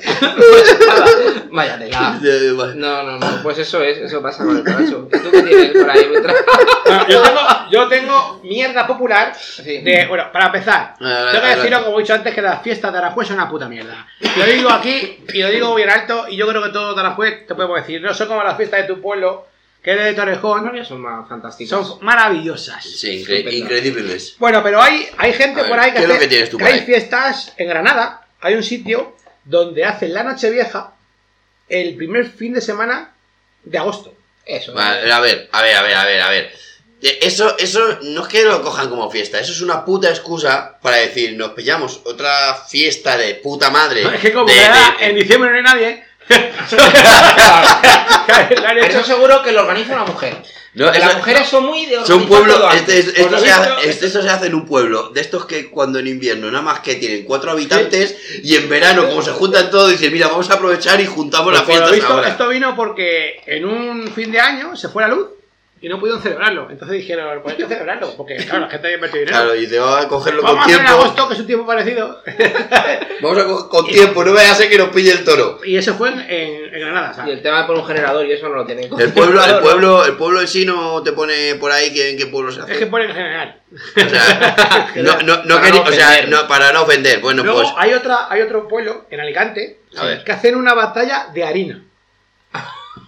(laughs) Vaya tela. Eh, vale. No, no, no. Pues eso es, eso pasa con el corazón. ¿Y tú qué tienes por ahí? (laughs) mientras? Bueno, yo, tengo, yo tengo mierda popular Sí. de... Bueno, para empezar, A ver, a ver, tengo a que ver. deciros, como he dicho antes, que las fiestas de Aranjuez son una puta mierda. Lo digo aquí y lo digo bien alto y yo creo que todos de Aranjuez te podemos decir. No son como las fiestas de tu pueblo, que es de Las Torrejón, novias son más fantásticas. son maravillosas. Sí, incre- Estupendo. increíbles. Bueno, pero hay, hay gente A ver, por ahí que, ¿qué es lo hace- que tienes tú que por hay ahí? fiestas en Granada. Hay un sitio donde hacen la Nochevieja el primer fin de semana de agosto. Eso. Vale, a ver, a ver, a ver, a ver, a ver. Eh, Eso, eso no es que lo cojan como fiesta, eso es una puta excusa para decir, nos pillamos otra fiesta de puta madre. Es que como de- Granada de- en diciembre no hay (laughs) nadie, lo han Pero hecho eso seguro que lo organiza una mujer. No, eso- Las mujeres son muy de Son organizar todo pueblo, antes. este, este- Por lo esto se visto, hace, este- esto se hace en un pueblo, de estos que cuando en invierno nada más que tienen cuatro habitantes y en verano como se juntan todos dicen, mira, vamos a aprovechar y juntamos las Pues Por lo fiestas visto, ahora. esto vino porque en un fin de año se fue la luz y no pudieron celebrarlo. Entonces dijeron, pues hay que celebrarlo, porque claro, la gente había invertido dinero. Claro, y te va a cogerlo Vamos con a hacer en tiempo. agosto, que es un tiempo parecido. Vamos a coger con tiempo, no vaya a ser que nos pille el toro. Y eso fue en, en- en Granada. o sea. Y el tema de por un generador y eso no lo tienen. El pueblo, (laughs) el pueblo, el pueblo en sí no te pone por ahí que en qué pueblo se hace. Es que por en general. O (laughs) sea, no, no, no Para no queri- o sea, ofender. no, para no ofender. Bueno, Luego pues. hay, otra, hay otro pueblo en Alicante A ver. que hacen una batalla (laughs) de harina.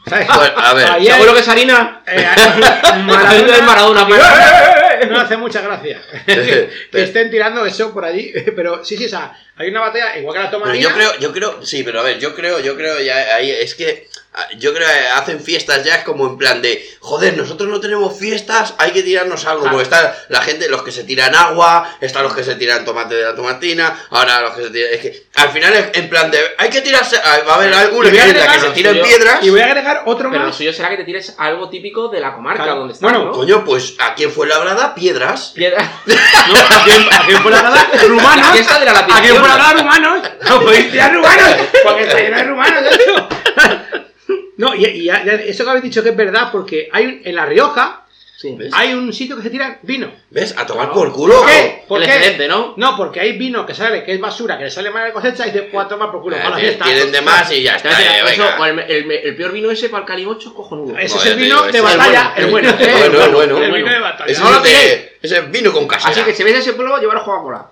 ¿Sabes? Pues, a ver. Ahí hay- Seguro que es harina. eh, (laughs) Maradona Maradona- es (laughs) Maradona. eh, no hace mucha gracia que estén tirando eso por allí. (laughs) Pero sí, sí, o sea, hay una batalla, igual que la toma Pero harina, yo creo, yo creo, sí, pero a ver, yo creo, yo creo, ya ahí es que ah, yo creo que hacen fiestas ya, es como en plan de, joder, nosotros no tenemos fiestas, hay que tirarnos algo. Claro. Porque está la gente, los que se tiran agua, están los que se tiran tomate de la tomatina, ahora los que se tiran... Es que al final es en plan de, hay que tirarse... ah, Va a haber alguna Y voy a tienda que agregar- se tiren yo- piedras. Y voy a agregar otro Pero lo más. suyo será que te tires algo típico de la comarca Claro. donde estás, Bueno, ¿no? Coño, pues aquí en Fuenlabrada, piedras. (laughs) Piedra- No, aquí en- aquí en (laughs) Fuenlabrada, La rumanos. fiesta de la lapidación. Ah, Aquí en Fuenlabrada, rumanos. No pues, podéis tirar rumanos. Porque está lleno de rumanos, tío. (laughs) No, y, y ya- ya eso que habéis dicho que es verdad, porque hay un- en La Rioja Sí. ¿Ves? hay un sitio que se tira vino. ¿Ves? A tomar Claro. por culo. ¿Por qué? ¿Por El qué? excedente, ¿no? No, porque hay vino que sale, que es basura, que le sale mal a la cosecha y te puede tomar por culo. Eh, a la ti- fiesta. tienen de más y ya está. Espérate, eh, eso, venga. el, el- el peor vino ese para el Calimocho es cojonudo. Ese No, es ya el te vino digo, de ese es batalla, el bueno, bueno. eh, el bueno, el El bueno. vino de batalla. Ese No lo es, de- tiréis. ese es vino con casera. Así que si ves ese pueblo, llevaros Coca-Cola.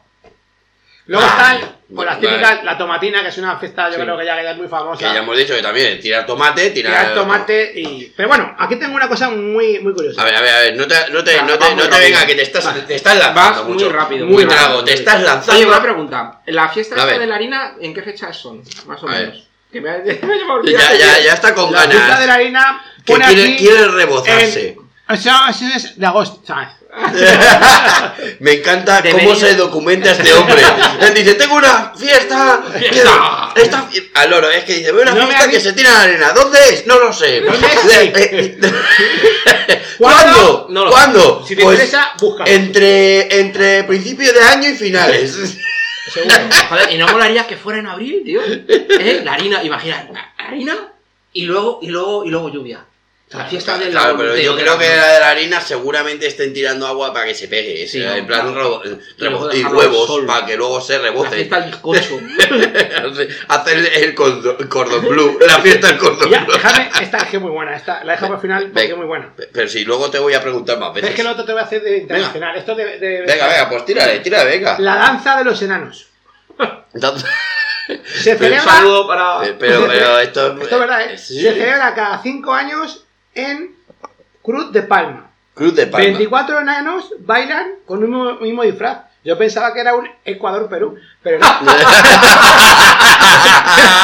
Luego Ah, están con las vale. típicas, la tomatina, que es una fiesta, yo Sí. creo que ya, que ya es muy famosa. Que ya hemos dicho que también, tirar tomate, tirar... Tirar tomate y. Pero bueno, aquí tengo una cosa muy, muy curiosa. A ver, a ver, a ver, no te, no te, Claro, no vas te, no muy te rápido. venga, que te estás, te estás lanzando Vas mucho. muy rápido. Muy rápido. trago, te estás Oye, una lanzando. pregunta. ¿La fiesta A esta ver. de la harina, en qué fechas son? Más o A ver. menos. Que me ha, (laughs) me ha llevado a Ya, olvidar. ya, ya está con la fruta de ganas. la harina Que pone quiere, aquí quiere rebozarse. en- o sea, eso es de agosto, ¿sabes? (laughs) Me encanta cómo Debería- se documenta este hombre. Él dice, tengo una fiesta. Fiesta. Esta fi- Al oro, es que dice, veo una No me fiesta que avis- se tira en la arena. ¿Dónde es? No lo sé. (laughs) Eh, ¿Dónde ¿Cuándo? No lo sé. ¿Cuándo? Si te Pues interesa, búscalo. entre, entre principio de año y finales. Joder, y no molaría que fuera en abril, tío. ¿Eh? La harina, imagina, la harina y luego, y luego, y luego lluvia. La fiesta del Claro, pero de- yo de- creo que la de la harina seguramente estén tirando agua para que se pegue. Sí, o sea, no, en plan rebo- claro. luego rebo- y dejarlo al huevos sol. para que luego se La reboce. fiesta del bizcocho. Hacer el, el cordo- el cordón blue, la fiesta del cordón Ya, blue. déjame, esta es que es muy buena, esta, la dejo para el final porque Venga. es muy buena. Pero si luego te voy a preguntar más Pero veces. es que el otro te voy a hacer de internacional, esto de, de- Pues Venga, venga, pues tírale, tírale, venga. La danza de los enanos. Entonces- Se Un celebra, saludo (laughs) para... eh, pero, pero esto, Ah. esto es verdad, ¿eh? Sí. se celebra cada 5 años en Cruz de Palma. Cruz de Palma. 24 enanos bailan con un mismo, mismo disfraz. Yo pensaba que era un Ecuador-Perú, pero no. (laughs)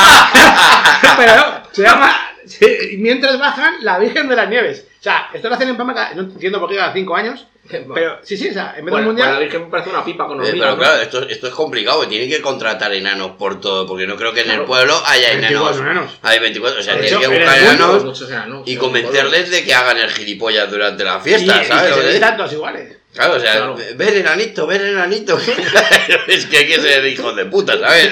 pero no, se llama. se- mientras bajan, la Virgen de las Nieves. O sea, esto lo hacen en Palma, cada- no entiendo por qué cada 5 años. Pero sí, sí, o sea, en vez del Bueno, mundial. bueno, la Virgen me parece una pipa (laughs) con Eh, hormigas, pero ¿no? claro, esto, esto es complicado, tienen que contratar enanos por todo, porque no creo que en el Claro. pueblo haya 24 enanos. enanos. Hay 24, o sea, De tienen hecho, que en el buscar mundo, enanos No sé si era, ¿no? y convencerles de que hagan el gilipollas durante la fiesta, y- ¿sabes? y Eh. que lo se que den digo? tantos iguales. Claro, o sea, Claro. ver enanito, ver enanito. (laughs) (laughs) es que hay que ser hijo de puta, ¿sabes?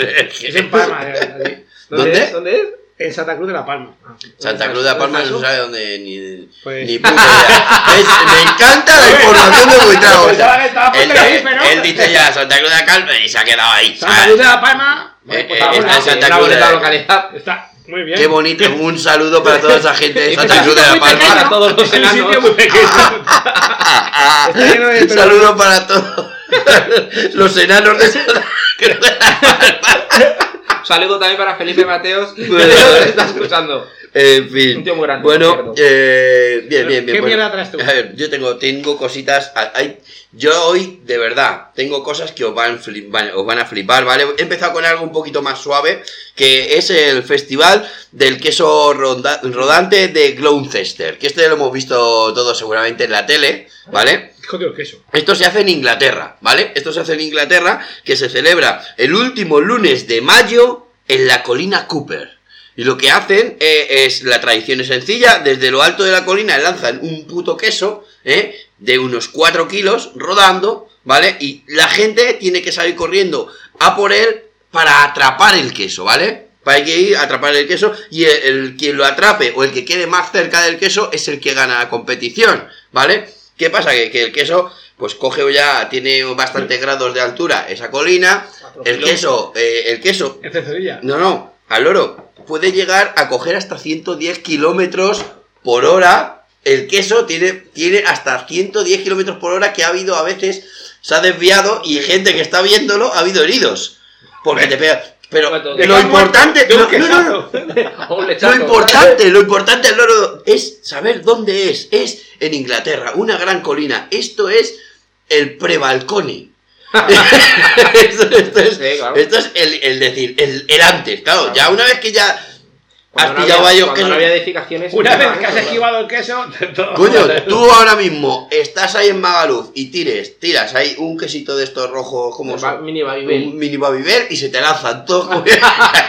(laughs) Es en Palma, eh, de verdad, sí. ¿Dónde? es? ¿Dónde es? En Santa Cruz de la Palma. Ah, Santa Cruz de la Palma ¿Dónde no está sabe dónde ni, Pues- (laughs) ni puta idea. ¿Ves? Me encanta la información de Buitrago. O sea, Pensaba que pues, estaba por él, ahí, pero- él dice ya Santa Cruz de la Palma y se ha quedado ahí. Santa ¿sabes? Cruz de la Palma. Eh, eh, pues, está bueno, en Santa Una Cruz de bonita la localidad. está muy bien. Qué bonito. Un saludo para toda esa gente (laughs) de pues, Santa Cruz de la Palma. Para todos los Es un sitio enanos. muy pequeño. (laughs) Ah, (laughs) Está lleno de (laughs) ah, pelo. Saludo para todos (laughs) los enanos de Santa Cruz de la Palma. Saludo también para (laughs) Felipe Mateos, que Bueno. nos está escuchando. En fin. Un tío muy grande, por bueno, cierto. eh, bien, bien, bien. ¿Qué bueno. mierda traes tú? A ver, yo tengo, tengo cositas. a- hay- yo hoy, de verdad, tengo cosas que os van, flip- van- os van a flipar, ¿vale? He empezado con algo un poquito más suave, que es el festival del queso ronda- rodante de Gloucester. Que este lo hemos visto todos seguramente en la tele, ¿vale? Hijo de los queso. Esto se hace en Inglaterra, ¿vale? Esto se hace en Inglaterra, que se celebra el último lunes de mayo en la colina Cooper. Y lo que hacen eh, es, la tradición es sencilla, desde lo alto de la colina lanzan un puto queso, ¿eh? De unos 4 kilos, rodando, ¿vale? Y la gente tiene que salir corriendo a por él para atrapar el queso, ¿vale? Para hay que ir a atrapar el queso y el, el- quien lo atrape o el que quede más cerca del queso es el que gana la competición, ¿vale? ¿Qué pasa? Que, que el queso, pues coge ya, tiene bastantes grados de altura esa colina, el queso, eh, el queso, En Cecililla. no, no, al oro, puede llegar a coger hasta 110 kilómetros por hora, el queso tiene, tiene hasta 110 kilómetros por hora que ha habido a veces, se ha desviado y gente que está viéndolo ha habido heridos, porque te pega, pero lo importante, De un no, no, no, no, quesazo. Un lo lechazo. importante, lo importante del loro es saber dónde es. Es en Inglaterra, una gran colina. Esto es el (laughs) prebalconi. (laughs) esto, esto es, Sí, claro. esto es el, el decir, el, el antes. Claro, ya una vez que ya Cuando Has no pillado había- varios cuando quesos. no había edificaciones. Una empezaba vez que has eso, claro. esquivado el queso, (laughs) te to- Coño, tú ahora mismo estás ahí en Magaluf y tires, tiras ahí un quesito de estos rojos como Va- son, Mini pues, un Babybel. mini babiver y se te lanzan todos. (laughs)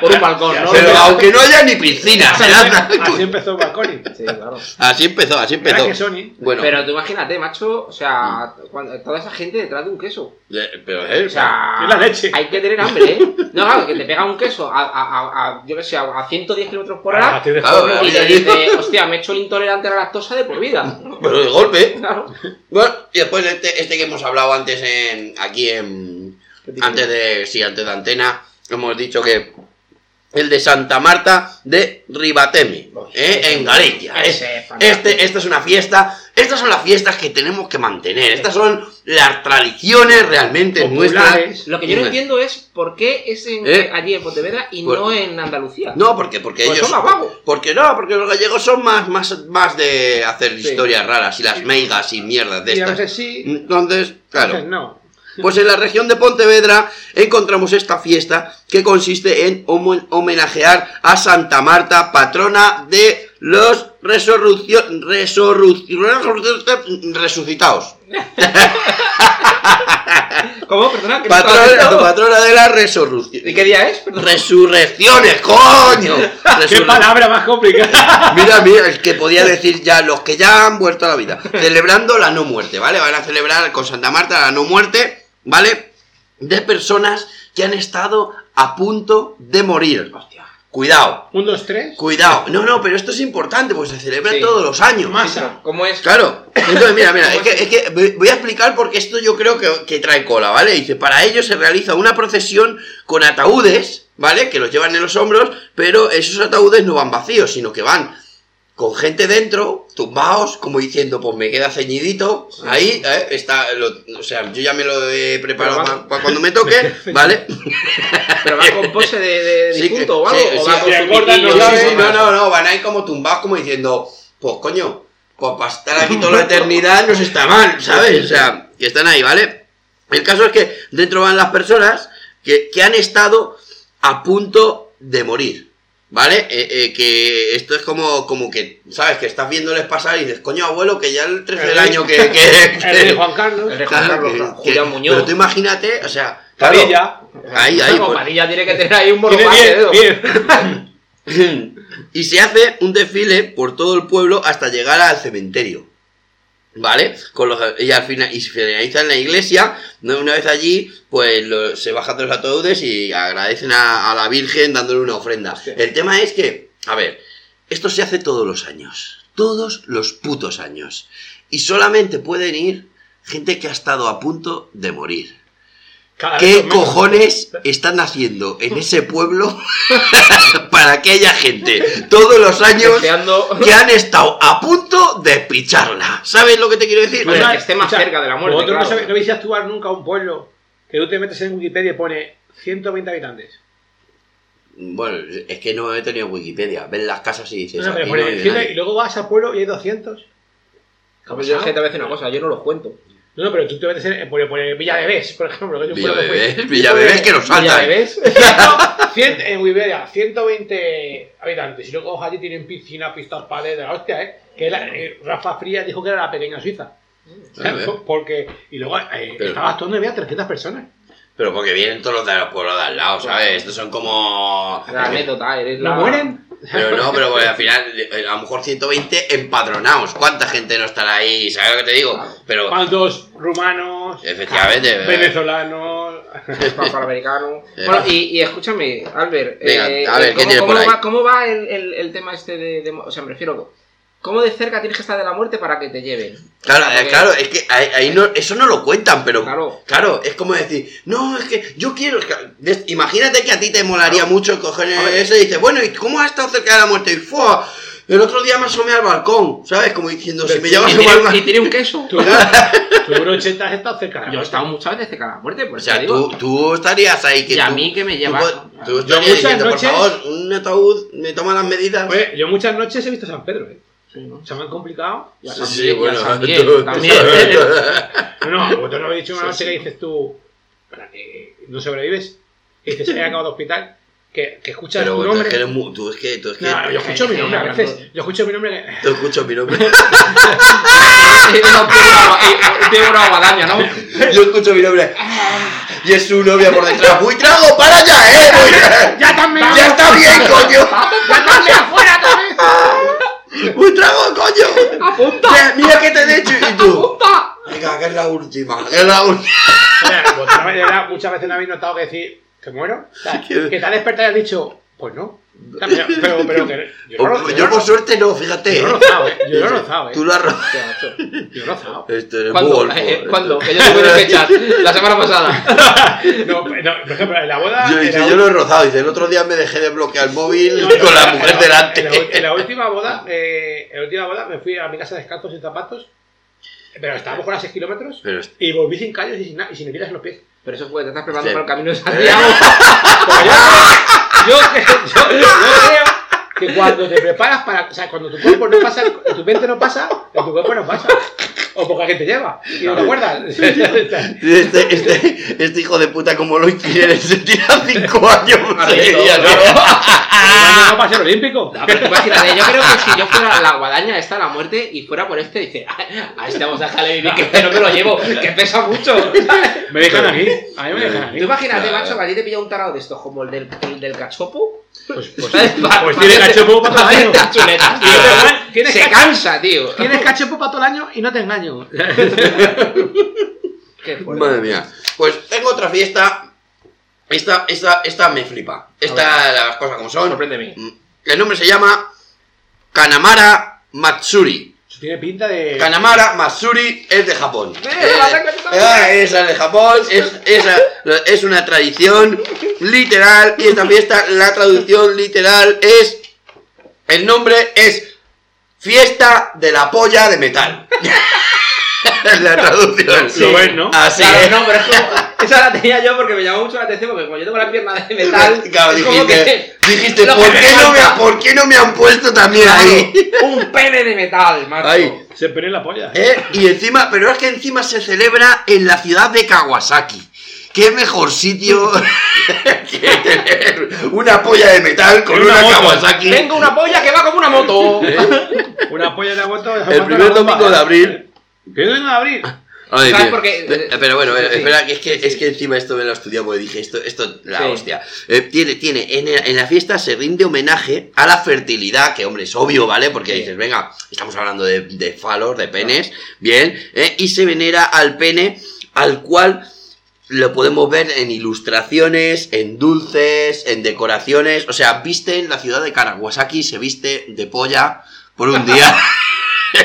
Por un balcón, ¿no? Pero aunque no haya ni (laughs) piscina, se lanzan. Así empezó Balconi. Sí, claro. Así empezó, así Mira empezó. que Sony. Bueno, Pero tú imagínate, macho, o sea, cuando- toda esa gente detrás de un queso. eh, pero, eh, O sea, Es la leche. hay que tener hambre, ¿eh? No, claro, que te pega un queso a, a- a- a, yo qué sé, a 110 kilómetros por Ahora, hora a ti de Claro, joven, y ahora- te dice, hostia, me he hecho el intolerante a la lactosa de por vida. pero de golpe. (laughs) Claro. Bueno, y después este, este que hemos hablado antes en aquí en antes de sí, antes de antena, hemos dicho que el de Santa Marta de Ribatemi, ¿eh? en Galicia. ¿eh? Ese es fantástico. Este, esta es una fiesta, estas son las fiestas que tenemos que mantener, estas son las tradiciones realmente populares. nuestras. Lo que yo no Dime. entiendo es por qué es en- ¿Eh? allí en Pontevedra y Pues- no en Andalucía. No, porque, porque Pues ellos. son más vagos. Porque no, porque los gallegos son más, más, más de hacer historias raras y las meigas y mierdas de Y a estas. veces sí, Entonces, a Mm, claro. veces no. Pues en la región de Pontevedra encontramos esta fiesta que consiste en homo- homenajear a Santa Marta, patrona de los resurrucio- resurru- resurru- resucitados. ¿Cómo? Perdona, que no estaba Patrona, atento. patrona de las resurrucciones. ¿Y qué día es? Perdón. Resurrecciones, coño. ¡Qué Resurre- palabra más complicada! (laughs) Mira, mira, el que podía decir ya los que ya han vuelto a la vida. Celebrando la no muerte, ¿vale? Van a celebrar con Santa Marta la no muerte, ¿vale? De personas que han estado a punto de morir. Hostia. Cuidado, Un, dos, tres. cuidado. No, no, pero esto es importante porque se celebra Sí. todos los años. Masa. ¿Cómo es? Claro. Entonces, mira, mira, es que, es que voy- voy a explicar porque esto yo creo que, que trae cola, ¿vale? Dice, para ello se realiza una procesión con ataúdes, ¿vale? Que los llevan en los hombros, pero esos ataúdes no van vacíos, sino que van con gente dentro, tumbados, como diciendo, pues me queda ceñidito, ahí, ¿eh? Está, lo- o sea, yo ya me lo he preparado Pero para cuando me (laughs) toque, ¿vale? ¿Pero va con pose de, de Sí, difunto o sí, algo? ¿O sí, va sí, con su engordan pitillo y los No, Sí, sus sí, no, demás? no, no, van ahí como tumbados, como diciendo, pues coño, pues para estar aquí toda la (laughs) eternidad nos está mal, ¿sabes? O sea, que están ahí, ¿vale? El caso es que dentro van las personas que, que han estado a punto de morir, ¿vale? Eh, eh, que esto es como, como que, ¿sabes? Que estás viéndoles pasar y dices, coño, abuelo, que ya el 13 del año que... que, (laughs) El de que- Juan Carlos. El de Juan claro, Carlos, que- claro, que- Julián Muñoz. pero tú imagínate, o sea, claro, Padilla. ahí, ahí, Como pues, Padilla tiene que tener ahí un ¿eh? Tiene borbaje eh. de dedo. bien, bien. (laughs) y se hace un desfile por todo el pueblo hasta llegar al cementerio. ¿Vale? Con los, y, al final, y se finaliza en la iglesia. ¿no? Una vez allí, pues lo- se bajan todos los ataúdes y agradecen a, a la Virgen dándole una ofrenda. El tema es que, a ver, esto se hace todos los años. Todos los putos años. Y solamente pueden ir gente que ha estado a punto de morir. Cada vez ¿Qué menos. Mm. cojones están haciendo en ese pueblo (laughs) para que haya gente todos los años (laughs) Deseando que han estado a punto de picharla? ¿Sabes lo que te quiero decir? Bueno, O sea, que esté más escucha, cerca de la muerte, Vosotros no, claro. sabéis- no vais a actuar nunca a un pueblo que tú te metes en Wikipedia y pone 120 habitantes. Bueno, es que no he tenido Wikipedia. Ven las casas y dices. No, no, pero "Aquí no pone vive 100 y nadie". luego vas a pueblo y hay 200. Como yo gente a veces una cosa, yo no los cuento. No, no, pero tú te metes en, por, por Villa Bebés, por ejemplo. Que es un pueblo que fue- Villabebés, Villabebés que nos ¿Ya saltan. (laughs) ves? 100 en Wikipedia, 120 habitantes. Y luego allí tienen piscina, pistas padres de la hostia, ¿eh? Que la- eh, Rafa Frías dijo que era la pequeña Suiza. O Ah, sea, A ver. po- Porque, y luego eh, Pero- estaba actuando y había 300 personas. Pero porque vienen todos los de los pueblos de al lado, ¿sabes? Estos son como. La anécdota, eres la... ¿No mueren? Pero no, pero bueno, al final, eh, a lo mejor 120 empadronados. ¿Cuánta gente no estará ahí? ¿Sabes lo que te digo? Pero ¿Cuántos rumanos? Efectivamente. venezolanos. Afroamericano. Eh. Bueno, y, y escúchame, Albert. Venga, eh, a ver, eh, ¿qué ¿cómo, tienes por cómo ahí? va, cómo va el, el- el tema este de, de- O sea, me refiero. ¿Cómo de cerca tienes que estar de la muerte para que te lleven? Claro, Porque- eh, claro, es que ahí, ahí no, eso no lo cuentan, pero Claro. claro. es como decir, no, es que yo quiero, es que- des- imagínate que a ti te molaría mucho coger ese y dices, bueno, ¿y cómo has estado cerca de la muerte? Y fua, el otro día me asomé al balcón, ¿sabes? Como diciendo, si me llevas y, a tiene, tomar un- y más... tiene un queso. (laughs) Tu, tu brocheta está cerca. Yo he estado muchas veces cerca de la muerte, por O eso te sea, digo. tú, tú estarías ahí que Y a tú- mí que me tú lleva. po- Tú Yo estarías muchas diciendo, noches- Pues, por favor, un ataúd, me toma las medidas. Oye, yo muchas noches he visto San Pedro, ¿eh? Sí, ¿no? Se me han complicado. Y a Sí, San sí, Miguel, y a bueno, San tú- Miguel tú- también. No, no, vosotros no habéis dicho una Sí, noche sí. que dices tú, "Espera, que no sobrevives, y dices, he acabado de hospital. que, que escuchas Pero tu bueno, es nombre. que eres muy- tú es que. Tú es que. No, yo escucho mi nombre a Hablando- veces. Yo escucho mi nombre. Tú escuchas mi nombre. Tiene una guadaña, ¿no? Yo escucho mi nombre. Y es su novia por detrás. ¡Muy trago! ¡Para allá, eh! ¡Buitrago! ¡Ya también! ¡Ya está bien, (laughs) coño! ¡Ya también afuera también! ¡Muy trago, coño! ¡Apunta! Mira, mira que te he hecho. Y tú. ¡Apunta! Venga, que es la última. Que es la última. O sea, vosotros, de verdad, muchas veces no habéis notado que decir que muero. O (laughs) sea, Que- que te has despertado y has dicho, pues no. O sea, Pero, pero, pero que- yo no lo- Yo por suerte no, fíjate. (laughs) yo no eh. lo zao, eh. Yo no lo zao, eh. Tú lo has robado. Hostia, macho. Yo no lo zao. Esto es muy ¿Cuándo? golfo, Eh, eh. eh, ¿Cuándo? Que yo te voy a fechar. La semana pasada. No, pues, no, por ejemplo, en la boda. Yo, en dice, Ah, la yo ul- lo he rozado, dice, el otro día me dejé de bloquear el móvil no, no, con la en mujer En la, en delante. la última boda, eh, en la última boda me fui a mi casa descalzo sin zapatos. Pero estábamos con a 6 kilómetros. (laughs) Pero este es- Y volví sin callos y sin, nada, y sin heridas en (laughs) los pies. Pero eso fue, te estás preparando Sí. para el camino de Santiago. Porque yo, creo- yo- yo- yo creo que cuando te preparas para. O sea, cuando tu cuerpo no pasa, tu mente no pasa, tu cuerpo no pasa. O poca gente lleva. Y no te (laughs) acuerdas. (laughs) este, este, este hijo de puta, como lo inquiere, se tira cinco años. seguidas, ¿no? Ah. no para ser olímpico. No, pero tú imagínate, yo creo que si yo fuera la guadaña esta, la muerte, y fuera por este, dice, "Ah, a este vamos a dejarle vivir, que este no me lo llevo, que pesa mucho. (laughs) Tú Me dejan aquí. A mí me dejan aquí. imagínate, macho, que a ti te pilla un tarado de estos, como el del, el del cachopo. Pues, ¿sabes? Pa- pues pa- tiene hacer- cachopo para todo el año. hacer las chuletas, tío. ¿Verdad? Tienes Se cacho- cansa, tío. Tienes cachepo para todo el año y no te engaño. Qué fuerte. (laughs) Madre mía. Pues tengo otra fiesta. Esta, esta, esta me flipa. Esta, las cosas como son. Sorpréndeme. Mm, El nombre se llama Kanamara Matsuri. Tiene pinta de. Kanamara Matsuri es de Japón. Mira, la tengo en ah, esa es de Japón, es, esa- es una tradición literal y esta fiesta, la traducción literal es, el nombre es Fiesta de la Polla de Metal. (laughs) Es la traducción. Lo ves, ¿no? Así Claro, es. no, pero es como- esa la tenía yo porque me llamó mucho la atención, porque como yo tengo la pierna de metal, (laughs) Claro, es como dijiste, dijiste, lo ¿por, que qué me no me, falta". ¿por qué no me han puesto también ahí? que- un pene de metal, macho. Ahí. Se pone la polla. ¿Eh? Y encima, pero es que encima se celebra en la ciudad de Kawasaki. ¿Qué mejor (laughs) sitio que tener una polla de metal con Y una una, moto. Kawasaki? ¿eh? Tengo una polla que va como una moto. (laughs) Una polla en la moto. El primer domingo de abril. ¿Primer domingo de abril? Ay, ¿Sabes bien. por qué? Pe- Pero bueno, eh, Sí. espera, que es que, es que encima esto me lo he estudiado porque dije, esto, esto, la Sí. hostia. Eh, tiene, tiene, en, el- en la fiesta se rinde homenaje a la fertilidad, que hombre, es obvio, ¿vale? Porque dices, venga, estamos hablando de, de falos, de penes, bien, eh, y se venera al pene, al cual lo podemos ver en ilustraciones, en dulces, en decoraciones, o sea, viste en la ciudad de Kawasaki, se viste de polla por un día. (laughs)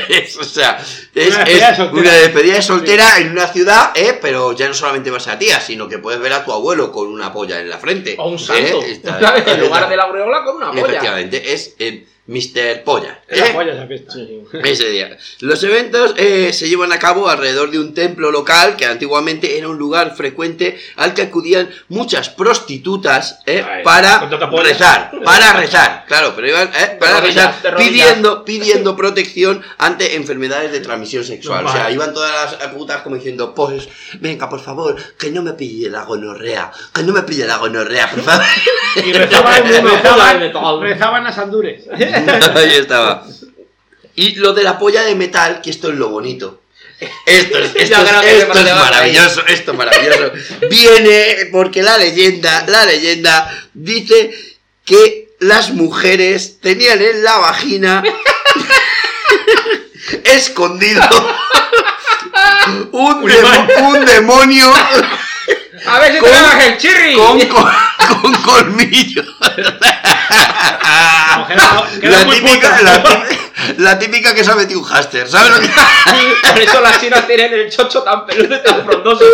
Es, o sea, es, Una es despedida de soltera. una despedida de soltera en una ciudad, ¿eh? pero ya no solamente vas a tía, sino que puedes ver a tu abuelo con una polla en la frente. O un ¿eh? santo. Está- ¿Sabes? (laughs) En lugar de la aureola con una polla. Efectivamente, es eh, Mr. Polla. Es la ¿eh? polla esa fiesta. (laughs) Ese día. Los eventos eh, se llevan a cabo alrededor de un templo local que antiguamente era un lugar frecuente al que acudían muchas prostitutas eh, Ay, para con tanta polla. (laughs) rezar. Para rezar, claro, pero iban eh, para rodillas, de rezar rodillas. (laughs) pidiendo, pidiendo protección ante enfermedades de transmisión sexual. O sea, Vale. iban todas las putas como diciendo, pues, venga, por favor, que no me pille la gonorrea, que no me pille la gonorrea, por favor. Y rezaban, de rezaban, metal. rezaban (laughs) a Sandures. Ahí estaba. Y lo de la polla de metal, que esto es lo bonito. Esto (laughs) es, esto Yo es- creo que esto te es vas a ir. maravilloso, esto es maravilloso. Viene porque la leyenda, la leyenda dice que las mujeres tenían en la (laughs) vagina escondido un, Un demo- imán. un demonio A ver si te Con- baja el chirri. con, col- con colmillos. Queda- queda La muy típica, puta. la, (laughs) tí- la típica que se ha metido un haster, ¿sabes (laughs) lo que? (laughs) Por eso las chinas tienen el chocho tan peludo y tan frondoso.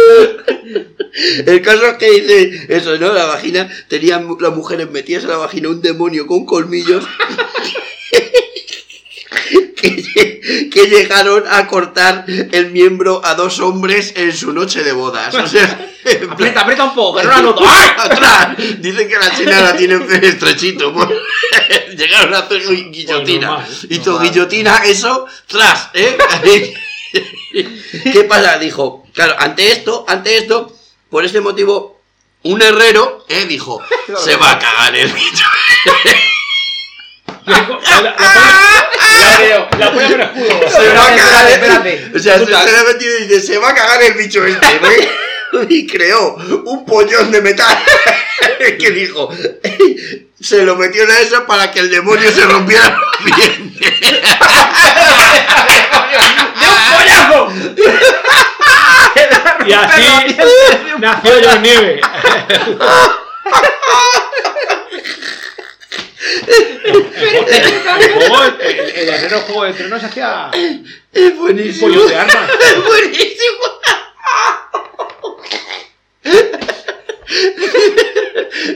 El caso es que dice eso, ¿no? La vagina, tenían mu- las mujeres metidas en la vagina un demonio con colmillos (laughs) que, lle- que llegaron a cortar el miembro a dos hombres en su noche de bodas. O sea, en plan- Aprieta, aprieta un poco, que no (laughs) la noto. ¡Ah! ¡Atrás! Dicen que la china la tienen estrechito. pues. (laughs) Llegaron a hacer gui- guillotina. Pues normal, y tu normal. guillotina, eso, tras, ¿eh? (laughs) ¿Qué pasa? Dijo, claro, ante esto, ante esto, por ese este motivo. un herrero eh, dijo, se va a cagar el (laughs) bicho. (laughs) La pone- la (laughs) pone por escudo. se va a espérate, cagar el espérate. O sea, Tú se, estás- se le ha metido y dice, se va a cagar el bicho este. (laughs) ¿no? y creó un pollón de metal (laughs) que dijo, se lo metió en esa para que el demonio se rompiera los dientes. Y así nació John Nieve. El juego, el, el herrero Juego de Tronos hacía Es un buenísimo. pollo de armas. Es buenísimo.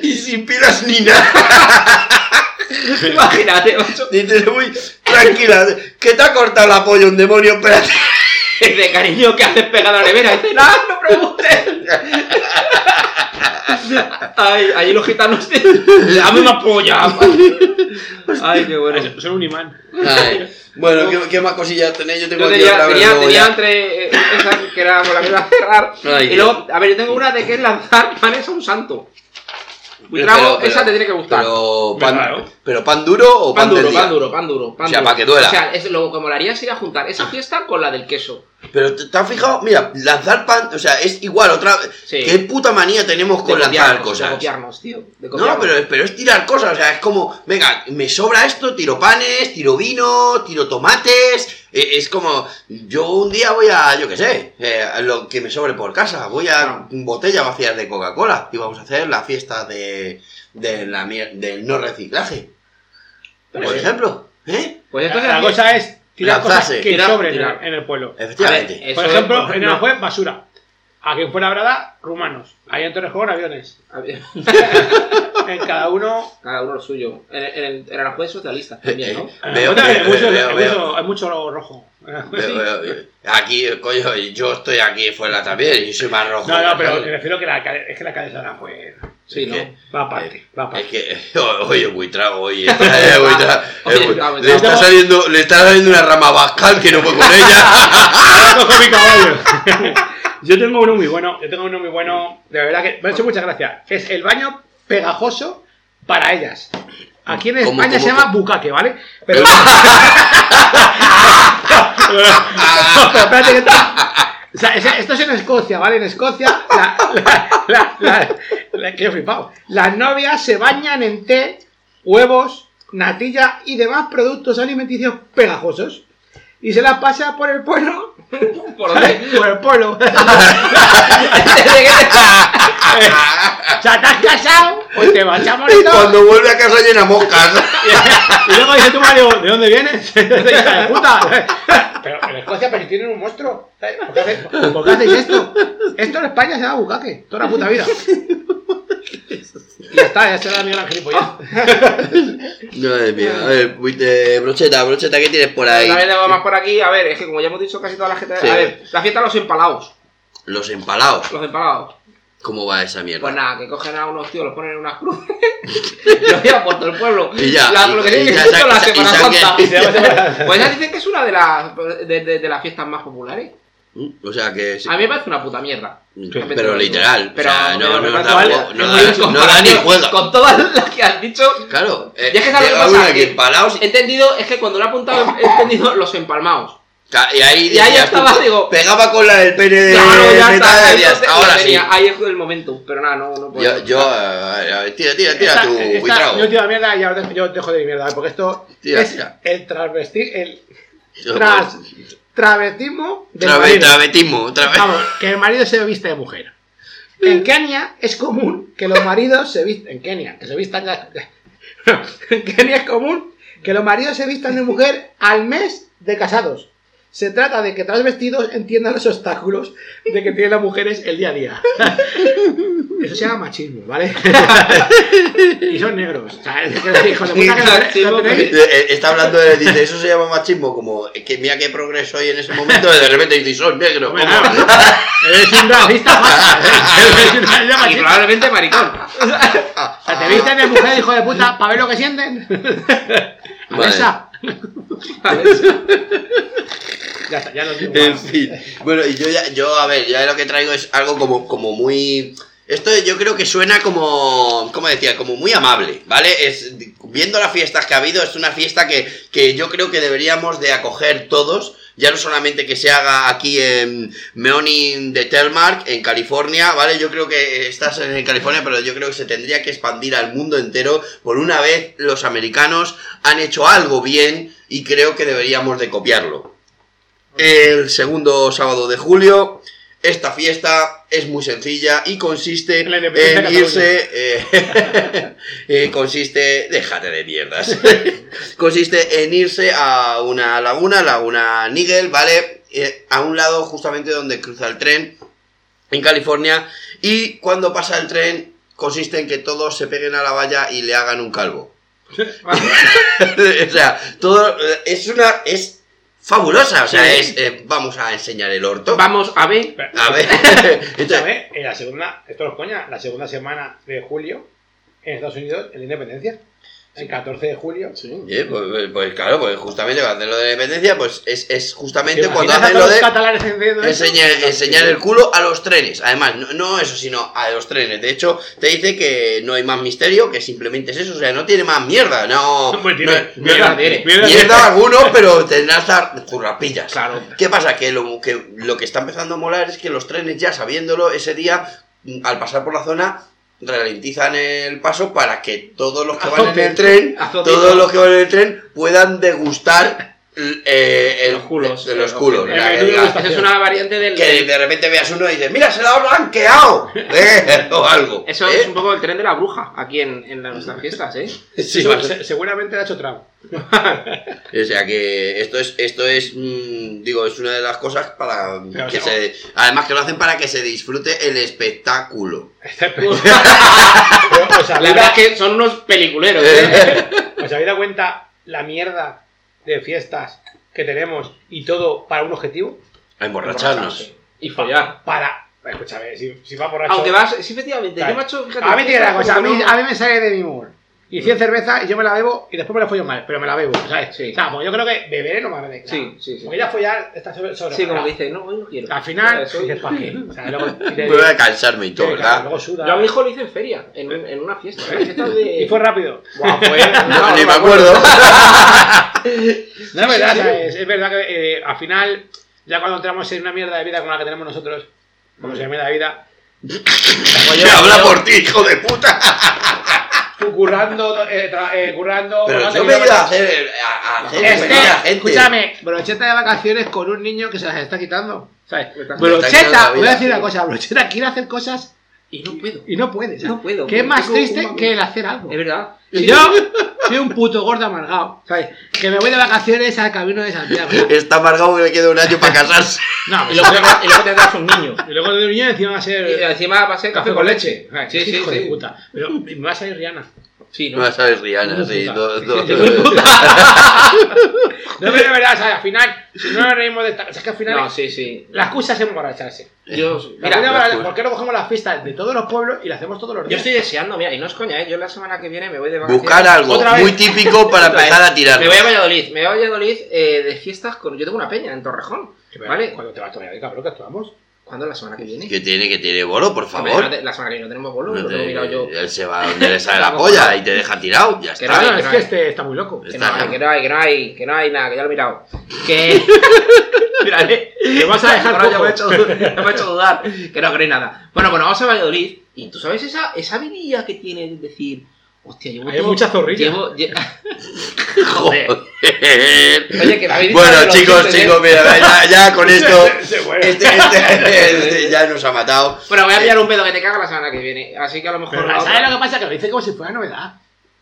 y sin pilas ni nada. Imagínate, macho. Dices, uy, tranquila, que te ha cortado la polla un demonio, espérate. Dice, cariño, ¿qué haces pegado a la nevera? Dice, no, no preguntes. (laughs) Ay, allí los gitanos. Dame una polla. Ay, qué bueno. Son- Son un imán. (laughs) Ay, bueno, ¿qué, qué más cosillas tenéis? Yo tengo Yo aquí tenía, otra vez tenía, luego tenía ya. entre eh, esas que era con la que iba a cerrar. Ay, y luego, a ver, yo tengo una de que es lanzar panes a un santo. Mi Pero- trago, pero- esa te tiene que gustar. Pero Claro. pan, pero pan duro o pan, pan, duro, del día? pan duro, pan duro, pan O sea, duro. para que duela. Ah. O sea, es, lo que molaría sería juntar esa fiesta con la del queso. Pero te, te has fijado, mira, lanzar pan, o sea, es igual otra Sí. qué puta manía tenemos De con lanzar copiarnos, cosas. De copiarnos, tío. de copiarnos. No, pero, pero es tirar cosas, o sea, es como, venga, me sobra esto, tiro panes, tiro vino, tiro tomates, e- es como, yo un día voy a, yo qué sé, eh, a lo que me sobre por casa, voy a botellas vacías de Coca-Cola y vamos a hacer la fiesta de, de la, mier- del no reciclaje, por Sí. ejemplo, ¿eh? Pues entonces. La cosa es tirar cosas Lanzarse. que Tirar- sobren en tirar. el- en el pueblo. Efectivamente. eso Por es- ejemplo, en no. Aranjuez, basura. Aquí en Fuenlabrada, rumanos. Ahí en Torrejón, aviones. A ver, En cada uno... Cada uno lo suyo. En, en, en, Aranjuez Eh, socialista también, ¿no? en Veo, Aranjuez hay veo, mucho- veo, hay veo. mucho- Hay mucho rojo. En Aranjuez pues sí. Pero, pero, Aquí, coño, yo estoy aquí fuera también y soy más rojo. No, no, pero ¿sabes? me refiero que la alcalde- es que la alcaldesa de Aranjuez Sí, ¿no? ¿Qué? va aparte, Eh, Es va aparte. que, (laughs) o- oye, Buitrago, oye, (laughs) (laughs) eh, Buitrago, Oye, eh, Bu- Buitrago, le, está Buitrago. saliendo, le está saliendo una rama bascal que no fue con (laughs) ella. (laughs) Cojo mi caballo. (laughs) Yo tengo uno muy bueno, yo tengo uno muy bueno, de verdad que me ha hecho mucha gracia. Es el baño pegajoso para ellas. Aquí en ¿Cómo, España cómo, se llama cómo? bucaque, ¿vale? Pero... Pero (laughs) espérate que esto- o sea, es- esto es en Escocia, ¿vale? En Escocia, la, la- la- la- la- que yo he flipado. Las novias se bañan en té, huevos, natilla y demás productos alimenticios pegajosos. Y se las pasa por el pueblo. ¿Por ¿vale? dónde? Por el pueblo. (laughs) (laughs) O sea, te has casado, pues te vas a morir. Y cuando vuelve a casa llena moscas. (laughs) Y luego dice tu marido, ¿de dónde vienes? (laughs) Hija de puta. (laughs) Pero en Escocia pero si tienen un monstruo. ¿sabes? ¿Por (laughs) qué, hace- por qué hacéis esto? Esto en España se da bucaque, toda la puta vida. Y ya está, ya se da Miguel Ángel y Madre mía, a ver, Buit- eh, brocheta, brocheta, ¿qué tienes por ahí? También tengo más por aquí. A ver, es que como ya hemos dicho casi toda la gente. Sí. A ver, la fiesta de los empalados. Los empalados. Los empalados. ¿Cómo va esa mierda? Pues nada, que cogen a unos tíos, los ponen en unas cruces. (laughs) los llevan por todo el pueblo. Y ya, La, y- lo que y tienen ya que hacer sa- con la sa- y Semana saquen- Santa. y se va a (laughs) Pues ya dicen que es una de las, de, de- de las fiestas más populares. Mm, O sea que. sí. Mm, A mí me parece una puta mierda. Pero literal. Pero- o sea, no, pero no, me da, parece no, algo- da- en no da ni comparación juega. Con todas las que has dicho, Claro. Eh, Y es que ¿sabes lo que llega pasa? uno aquí Que- empalaos he entendido, es que cuando lo he apuntado, he entendido los empalmados. Ca- Y ahí, Y ahí decías, estaba, tú, digo- Pegaba con la del pene de Claro, ya metal, está. decías, entonces, ahora la sí. tenía, Ahí es el momento, pero nada, no, no puedo. Yo, yo, eh, a ver, tira, tira, tira Esta- tu esta- buitrago. Mi última mierda, ya os dejo, yo os dejo de mi mierda, porque esto Tira, es tira. el travesti, el Yo- pues, tras, travestismo del Otra vez, marido. travetismo, otra vez. Vamos, que el marido se viste de mujer. En Kenia es común que los maridos se vistan. En Kenia, que se vistan. (laughs) En Kenia es común que los maridos se vistan de mujer al mes de casados. Se trata de que tras vestidos entiendan los obstáculos de que tienen las mujeres el día a día. Eso se llama machismo, ¿vale? Y son negros. O sea, es que, hijo de puta, que lo- lo tenéis- (laughs) Eh, Está hablando de, dice, eso se llama machismo, como eh, que mira qué progreso hay en ese momento, y de repente dices, son negro. Hombre, claro. Eres un racista, macho. Eres un racista, Y macho. probablemente maricón. (laughs) O sea, te visten de mujer, hijo de puta, para ver lo (laughs) que sienten. Vale. Esa. ¿sabes? Ya (laughs) está, ya lo digo. En fin. Bueno, y yo ya, yo, a ver, ya lo que traigo es algo como, como muy Esto yo creo que suena como, como decía, como muy amable, ¿vale? Es, viendo las fiestas que ha habido, es una fiesta que, que yo creo que deberíamos de acoger todos, ya no solamente que se haga aquí en Meonin de Telmark, en California, ¿vale? Yo creo que estás en California, pero yo creo que se tendría que expandir al mundo entero. Por una vez los americanos han hecho algo bien y creo que deberíamos de copiarlo. El segundo sábado de julio, esta fiesta es muy sencilla y consiste La independencia en de Cataluña. irse... eh, eh, (laughs) consiste... Déjate de mierdas. (laughs) consiste en irse a una laguna, laguna Nigel, ¿vale? Eh, a un lado justamente donde cruza el tren en California. Y cuando pasa el tren, consiste en que todos se peguen a la valla y le hagan un calvo. (laughs) o sea, todo eh, es una... es fabulosa, o sea, es... eh, vamos a enseñar el orto. Vamos a ver. A (laughs) ver, entonces, Escúchame, en la segunda, esto no es coña, la segunda semana de julio en Estados Unidos, en la independencia, el 14 de julio. eh, pues, pues- pues claro, pues justamente cuando hacen lo de la independencia, pues es, es ¿Te justamente cuando imaginas a hacen todos lo los de catalanes eh? encendiendo eso? pues, Enseñar, enseñar el culo a los trenes. Además, no, no eso, sino a los trenes. De hecho, te dice que no hay más misterio, que simplemente es eso. O sea, no tiene más mierda. (laughs) No. Pues tiene no- mierda, tiene, mierda mierda tiene. alguno, pero tendrás dar currapillas. Claro. ¿Qué pasa? Que lo, que lo que está empezando a molar es que los trenes, ya sabiéndolo, ese día, mm, al pasar por la zona, ralentizan el paso para que todos los que van en Azote. el tren, Azote. todos los que van en el tren puedan degustar l- eh, el- Los culos. de los culos. El O sea, que menú digas, eh, degustación. Eh, Es una variante del. que de repente veas uno y dices, mira, se lo ha (laughs) blanqueado, ¿eh? o algo. Eso ¿eh? es un poco el tren de la bruja aquí en, en nuestras fiestas, ¿eh? Sí, Se- bueno, se- seguramente la ha hecho (laughs) Trump. o sea que esto es, esto es, mm, digo, es una de las cosas para Pero, que o sea, se, además que lo hacen para que se disfrute el espectáculo. (laughs) Pero, ¿Os La habéis, verdad dado- es que son unos peliculeros, ¿eh? os habéis dado cuenta la mierda de fiestas que tenemos y todo para un objetivo? A emborracharnos. Y follar. Para. Escúchame, si, si va borracho. Aunque vas, sí, efectivamente, Claro. yo macho, fíjate. A mí tiene la cosa, a mí, no- a mí me sale de mi humor. Y 100 cervezas y yo me la bebo y después me la follo mal, pero me la bebo, ¿sabes? Mm. Sí. O sea, pues yo creo que beber no me vale. Sí, sí, sí. Porque ya follar está sobre. sobre Sí, como que dices, no, hoy no quiero. Al final, Eso- dices, ¿para qué? O (laughs) sea, luego. y te- Me voy a cansarme y todo, claro, ¿verdad? Luego suda. Yo a mi hijo lo hice en feria, en, un- en una fiesta. en una fiesta (laughs) de... Y fue rápido. (laughs) Buah, fue- No, no, ni no me acuerdo. No, es verdad, ¿sabes? es verdad que eh, al final, ya cuando entramos en una mierda de vida como la que tenemos nosotros, como se llama mierda de vida, Que (laughs) habla por ti, hijo de puta. tú currando, eh, tra- eh, currando, Pero currando, yo y me he luego ido a te- hacer, a, a hacer Este, feliz a la gente. escúchame, brocheta de vacaciones con un niño que se las está quitando. ¿sabes? Me está- me está quitando la Brocheta, voy vida. a decir una cosa, brocheta quiere hacer cosas Y no puedo. y no puede. ¿sabes? No puedo, Que es porque más tengo triste un- que el hacer algo. Es verdad. Y yo soy un puto gordo amargado, ¿sabes? Que me voy de vacaciones al camino de (laughs) Santiago. Está amargado que le queda un año para casarse. No, Y luego, y luego tendrás un niño. y luego de niño encima va a ser Y encima va a ser café con leche. Sí, sí, Hijo de sí. puta. Pero me va a salir Rihanna. Sí, No no. la sabes, Rihanna, sí. Hijo de todo- todo- (laughs) No, pero de verdad, ¿sabes? al final, si no nos reímos de esta. o sea, es que al final, No, sí, sí. la excusa es emborracharse. Yo, La la mira, buena emborracha- excusa. ¿Por qué no cogemos las fiestas de todos los pueblos y las hacemos todos los yo días? estoy deseando, mira, y no es coña, ¿eh? Yo la semana que viene me voy de vacaciones. Buscar algo Otra vez. muy típico para Otra vez. empezar a tirar. Me voy a Valladolid, me voy a Valladolid eh, de fiestas con... Yo tengo una peña en Torrejón, ¿vale? Cuando te vas todavía de cabrón, que actuamos. ¿Cuándo? ¿La semana que viene? Que tiene, que tiene bolo, por Hombre, favor. no te- La semana que viene no tenemos bolo, No lo tengo te- mirado yo. Él se va donde le sale la Vamos, polla vamos. y te deja tirado. Ya está. Que no, Claro, es no que hay. este está muy loco. Que Está no, hay, bien. que no hay, que no hay, que no hay nada, que ya lo he mirado. (laughs) Que. Mírale. Te vas a dejar Ahora ya cojo. me ha (laughs) hecho, dudar, ya me ha hecho dudar. Que no creéis nada. Bueno, bueno, vamos a Valladolid. Y tú sabes esa, esa vidilla que tiene de decir. Hostia, llevo. Hay todo- mucha zorrilla. llevo- lle- (laughs) (laughs) Joder. Oye, que ¿eh? la habéis dicho de Bueno, los chicos, chistes, chicos, mira, ya, ya con esto. (laughs) Se muere. Este, este- este ya nos ha matado. Bueno, voy a pillar un pedo que te caga la semana que viene. Así que a lo mejor. Pero, la otra- ¿Sabes lo que pasa? Que lo dice como si fuera novedad.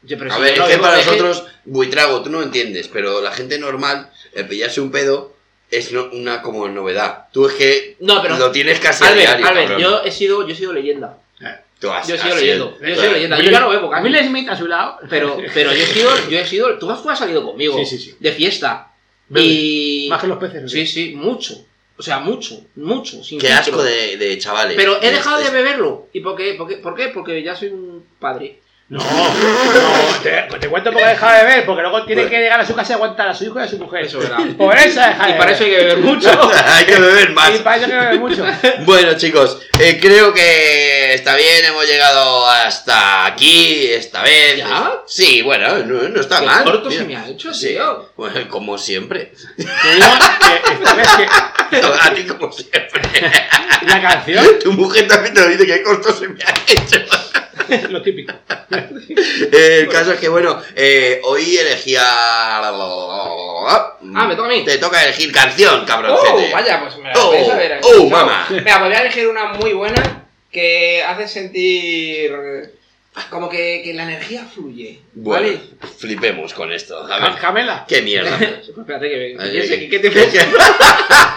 Yo, pero A si ver, yo es lo que digo, para es que- nosotros, buitrago, tú no entiendes, pero la gente normal, el pillarse un pedo es no- una como novedad. Tú es que No, pero- lo tienes casi a Albert, diario. Albert, cabrón. yo he sido, yo he sido leyenda. Tú has- Yo he sido has leyendo. sido- Yo he sido leyenda. Yo ya no bebo casi. Will Smith a su lado. ¿eh? Pero, pero yo he sido, yo he sido, tú has, tú has salido conmigo Sí, sí, sí. de fiesta Bebe. y (laughs) Más que los peces. ¿no? sí, sí, mucho, o sea, mucho, mucho, sin Qué filtro. asco de, este. de chavales. Pero he Es- dejado de es- beberlo y por qué, por qué, por qué? porque ya soy un padre. No, no, te, te cuento porque ha dejado de ver, porque luego tiene que llegar a su casa y aguantar a su hijo y a su mujer. Pues- Eso verá. (laughs) Por eso ha dejado Y de para ver. eso hay que beber mucho. (laughs) Hay que beber más. (laughs) Y para eso hay que beber (laughs) mucho. Bueno chicos, eh, creo que está bien, hemos llegado hasta aquí esta vez. ¿Ya? Sí, bueno, no, no está Qué mal. corto mira. se me ha hecho, Sí, tío. bueno, como siempre. (laughs) Te digo que esta vez que A ti como siempre. la canción, Tu mujer también te lo dice que corto se me ha hecho. lo típico. Eh, el caso es que, bueno, eh, hoy elegía... Ah, me toca a mí. Te toca elegir canción, Oh, cabroncete. vaya, pues me la Oh, vais a ver. oh, No. mamá. Mira, voy a elegir una muy buena que hace sentir como que, que la energía fluye. Bueno, ¿Vale? flipemos con esto. A Ca- ver, Camela. qué (laughs) mierda. Pues Espérate que me. Ay, piense ay, que- ¿Qué te ¿qué- piensas? qué?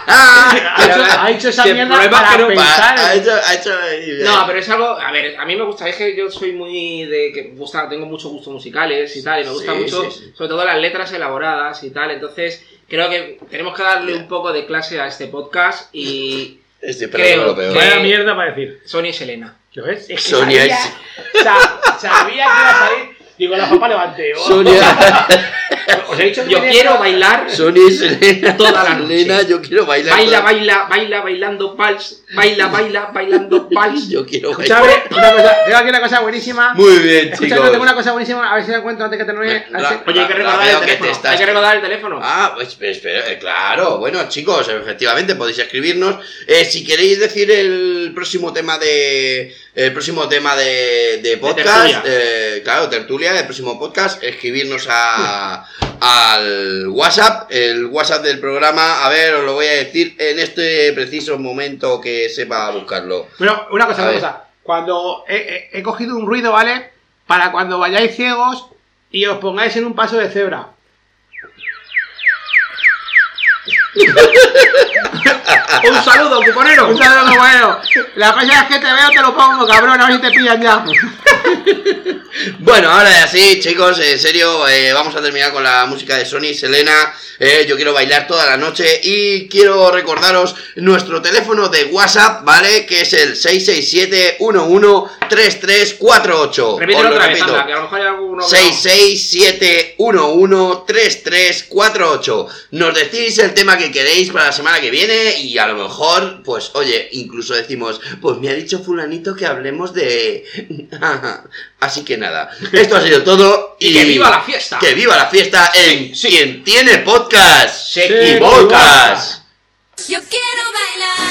Ha hecho, ha hecho esa que mierda prueba para que no- pensar. Ha hecho, ha hecho ahí, No, pero es algo. A ver, a mí me gusta. Es que yo soy muy de. que me gusta, tengo muchos gustos musicales y tal. Y me gusta Sí, mucho, sí, sí. sobre todo las letras elaboradas y tal. Entonces, creo que tenemos que darle un poco de clase a este podcast. Y Estoy creo esperando lo peor. (laughs) que- Vaya mierda para decir. Sonia y Selena. ¿Lo ves? Es que Sonia sabía, sa- sabía que iba a salir. Digo, la papá levante. Oh, Sonia, (laughs) (laughs) Os he dicho que Yo tenía- quiero bailar. Sonia y Selena. Toda la noche. Selena, yo quiero bailar. Baila, toda- baila, baila, bailando vals. (laughs) Baila, baila, bailando vals. Yo quiero bailar. Escúchame, una cosa, tengo aquí una cosa buenísima. Muy bien, Escúchame, chicos. tengo una cosa buenísima, a ver si la encuentro antes que termine. La- Oye, Antes- hay que La- la recordar veo el que teléfono. te estás- Hay que recordar el teléfono. Ah, pues espera, eh, claro. Bueno, chicos, efectivamente podéis escribirnos. Eh, si queréis decir el próximo tema de. El próximo tema de, de podcast. tertulia. eh, claro, tertulia, el próximo podcast. Escribirnos a, al WhatsApp. El WhatsApp del programa. A ver, os lo voy a decir en este preciso momento que sepa buscarlo. Bueno, una cosa, A una ver. cosa. Cuando he, he- he cogido un ruido, ¿vale? Para cuando vayáis ciegos y os pongáis en un paso de cebra. Un saludo, cuponero. Un saludo, bueno. La cosa es que te veo, te lo pongo, cabrón, a ver si te pillan ya. (laughs) Bueno, ahora ya sí, chicos, en serio, eh, vamos a terminar con la música de Sony y Selena. Eh, yo quiero bailar toda la noche y quiero recordaros nuestro teléfono de WhatsApp, ¿vale? Que es el 667-113348. Repítelo Os lo otra vez, repito. anda, que a lo mejor hay alguno. que no. 667-113348. Nos decís el tema que queréis para la semana que viene y a lo mejor, pues oye, incluso decimos, pues me ha dicho fulanito que hablemos de... (laughs) Así que nada, esto ha sido todo y... (laughs) Y que viva la fiesta. Que viva la fiesta en quien tiene podcast. Se y equivoca. podcast. Yo quiero bailar.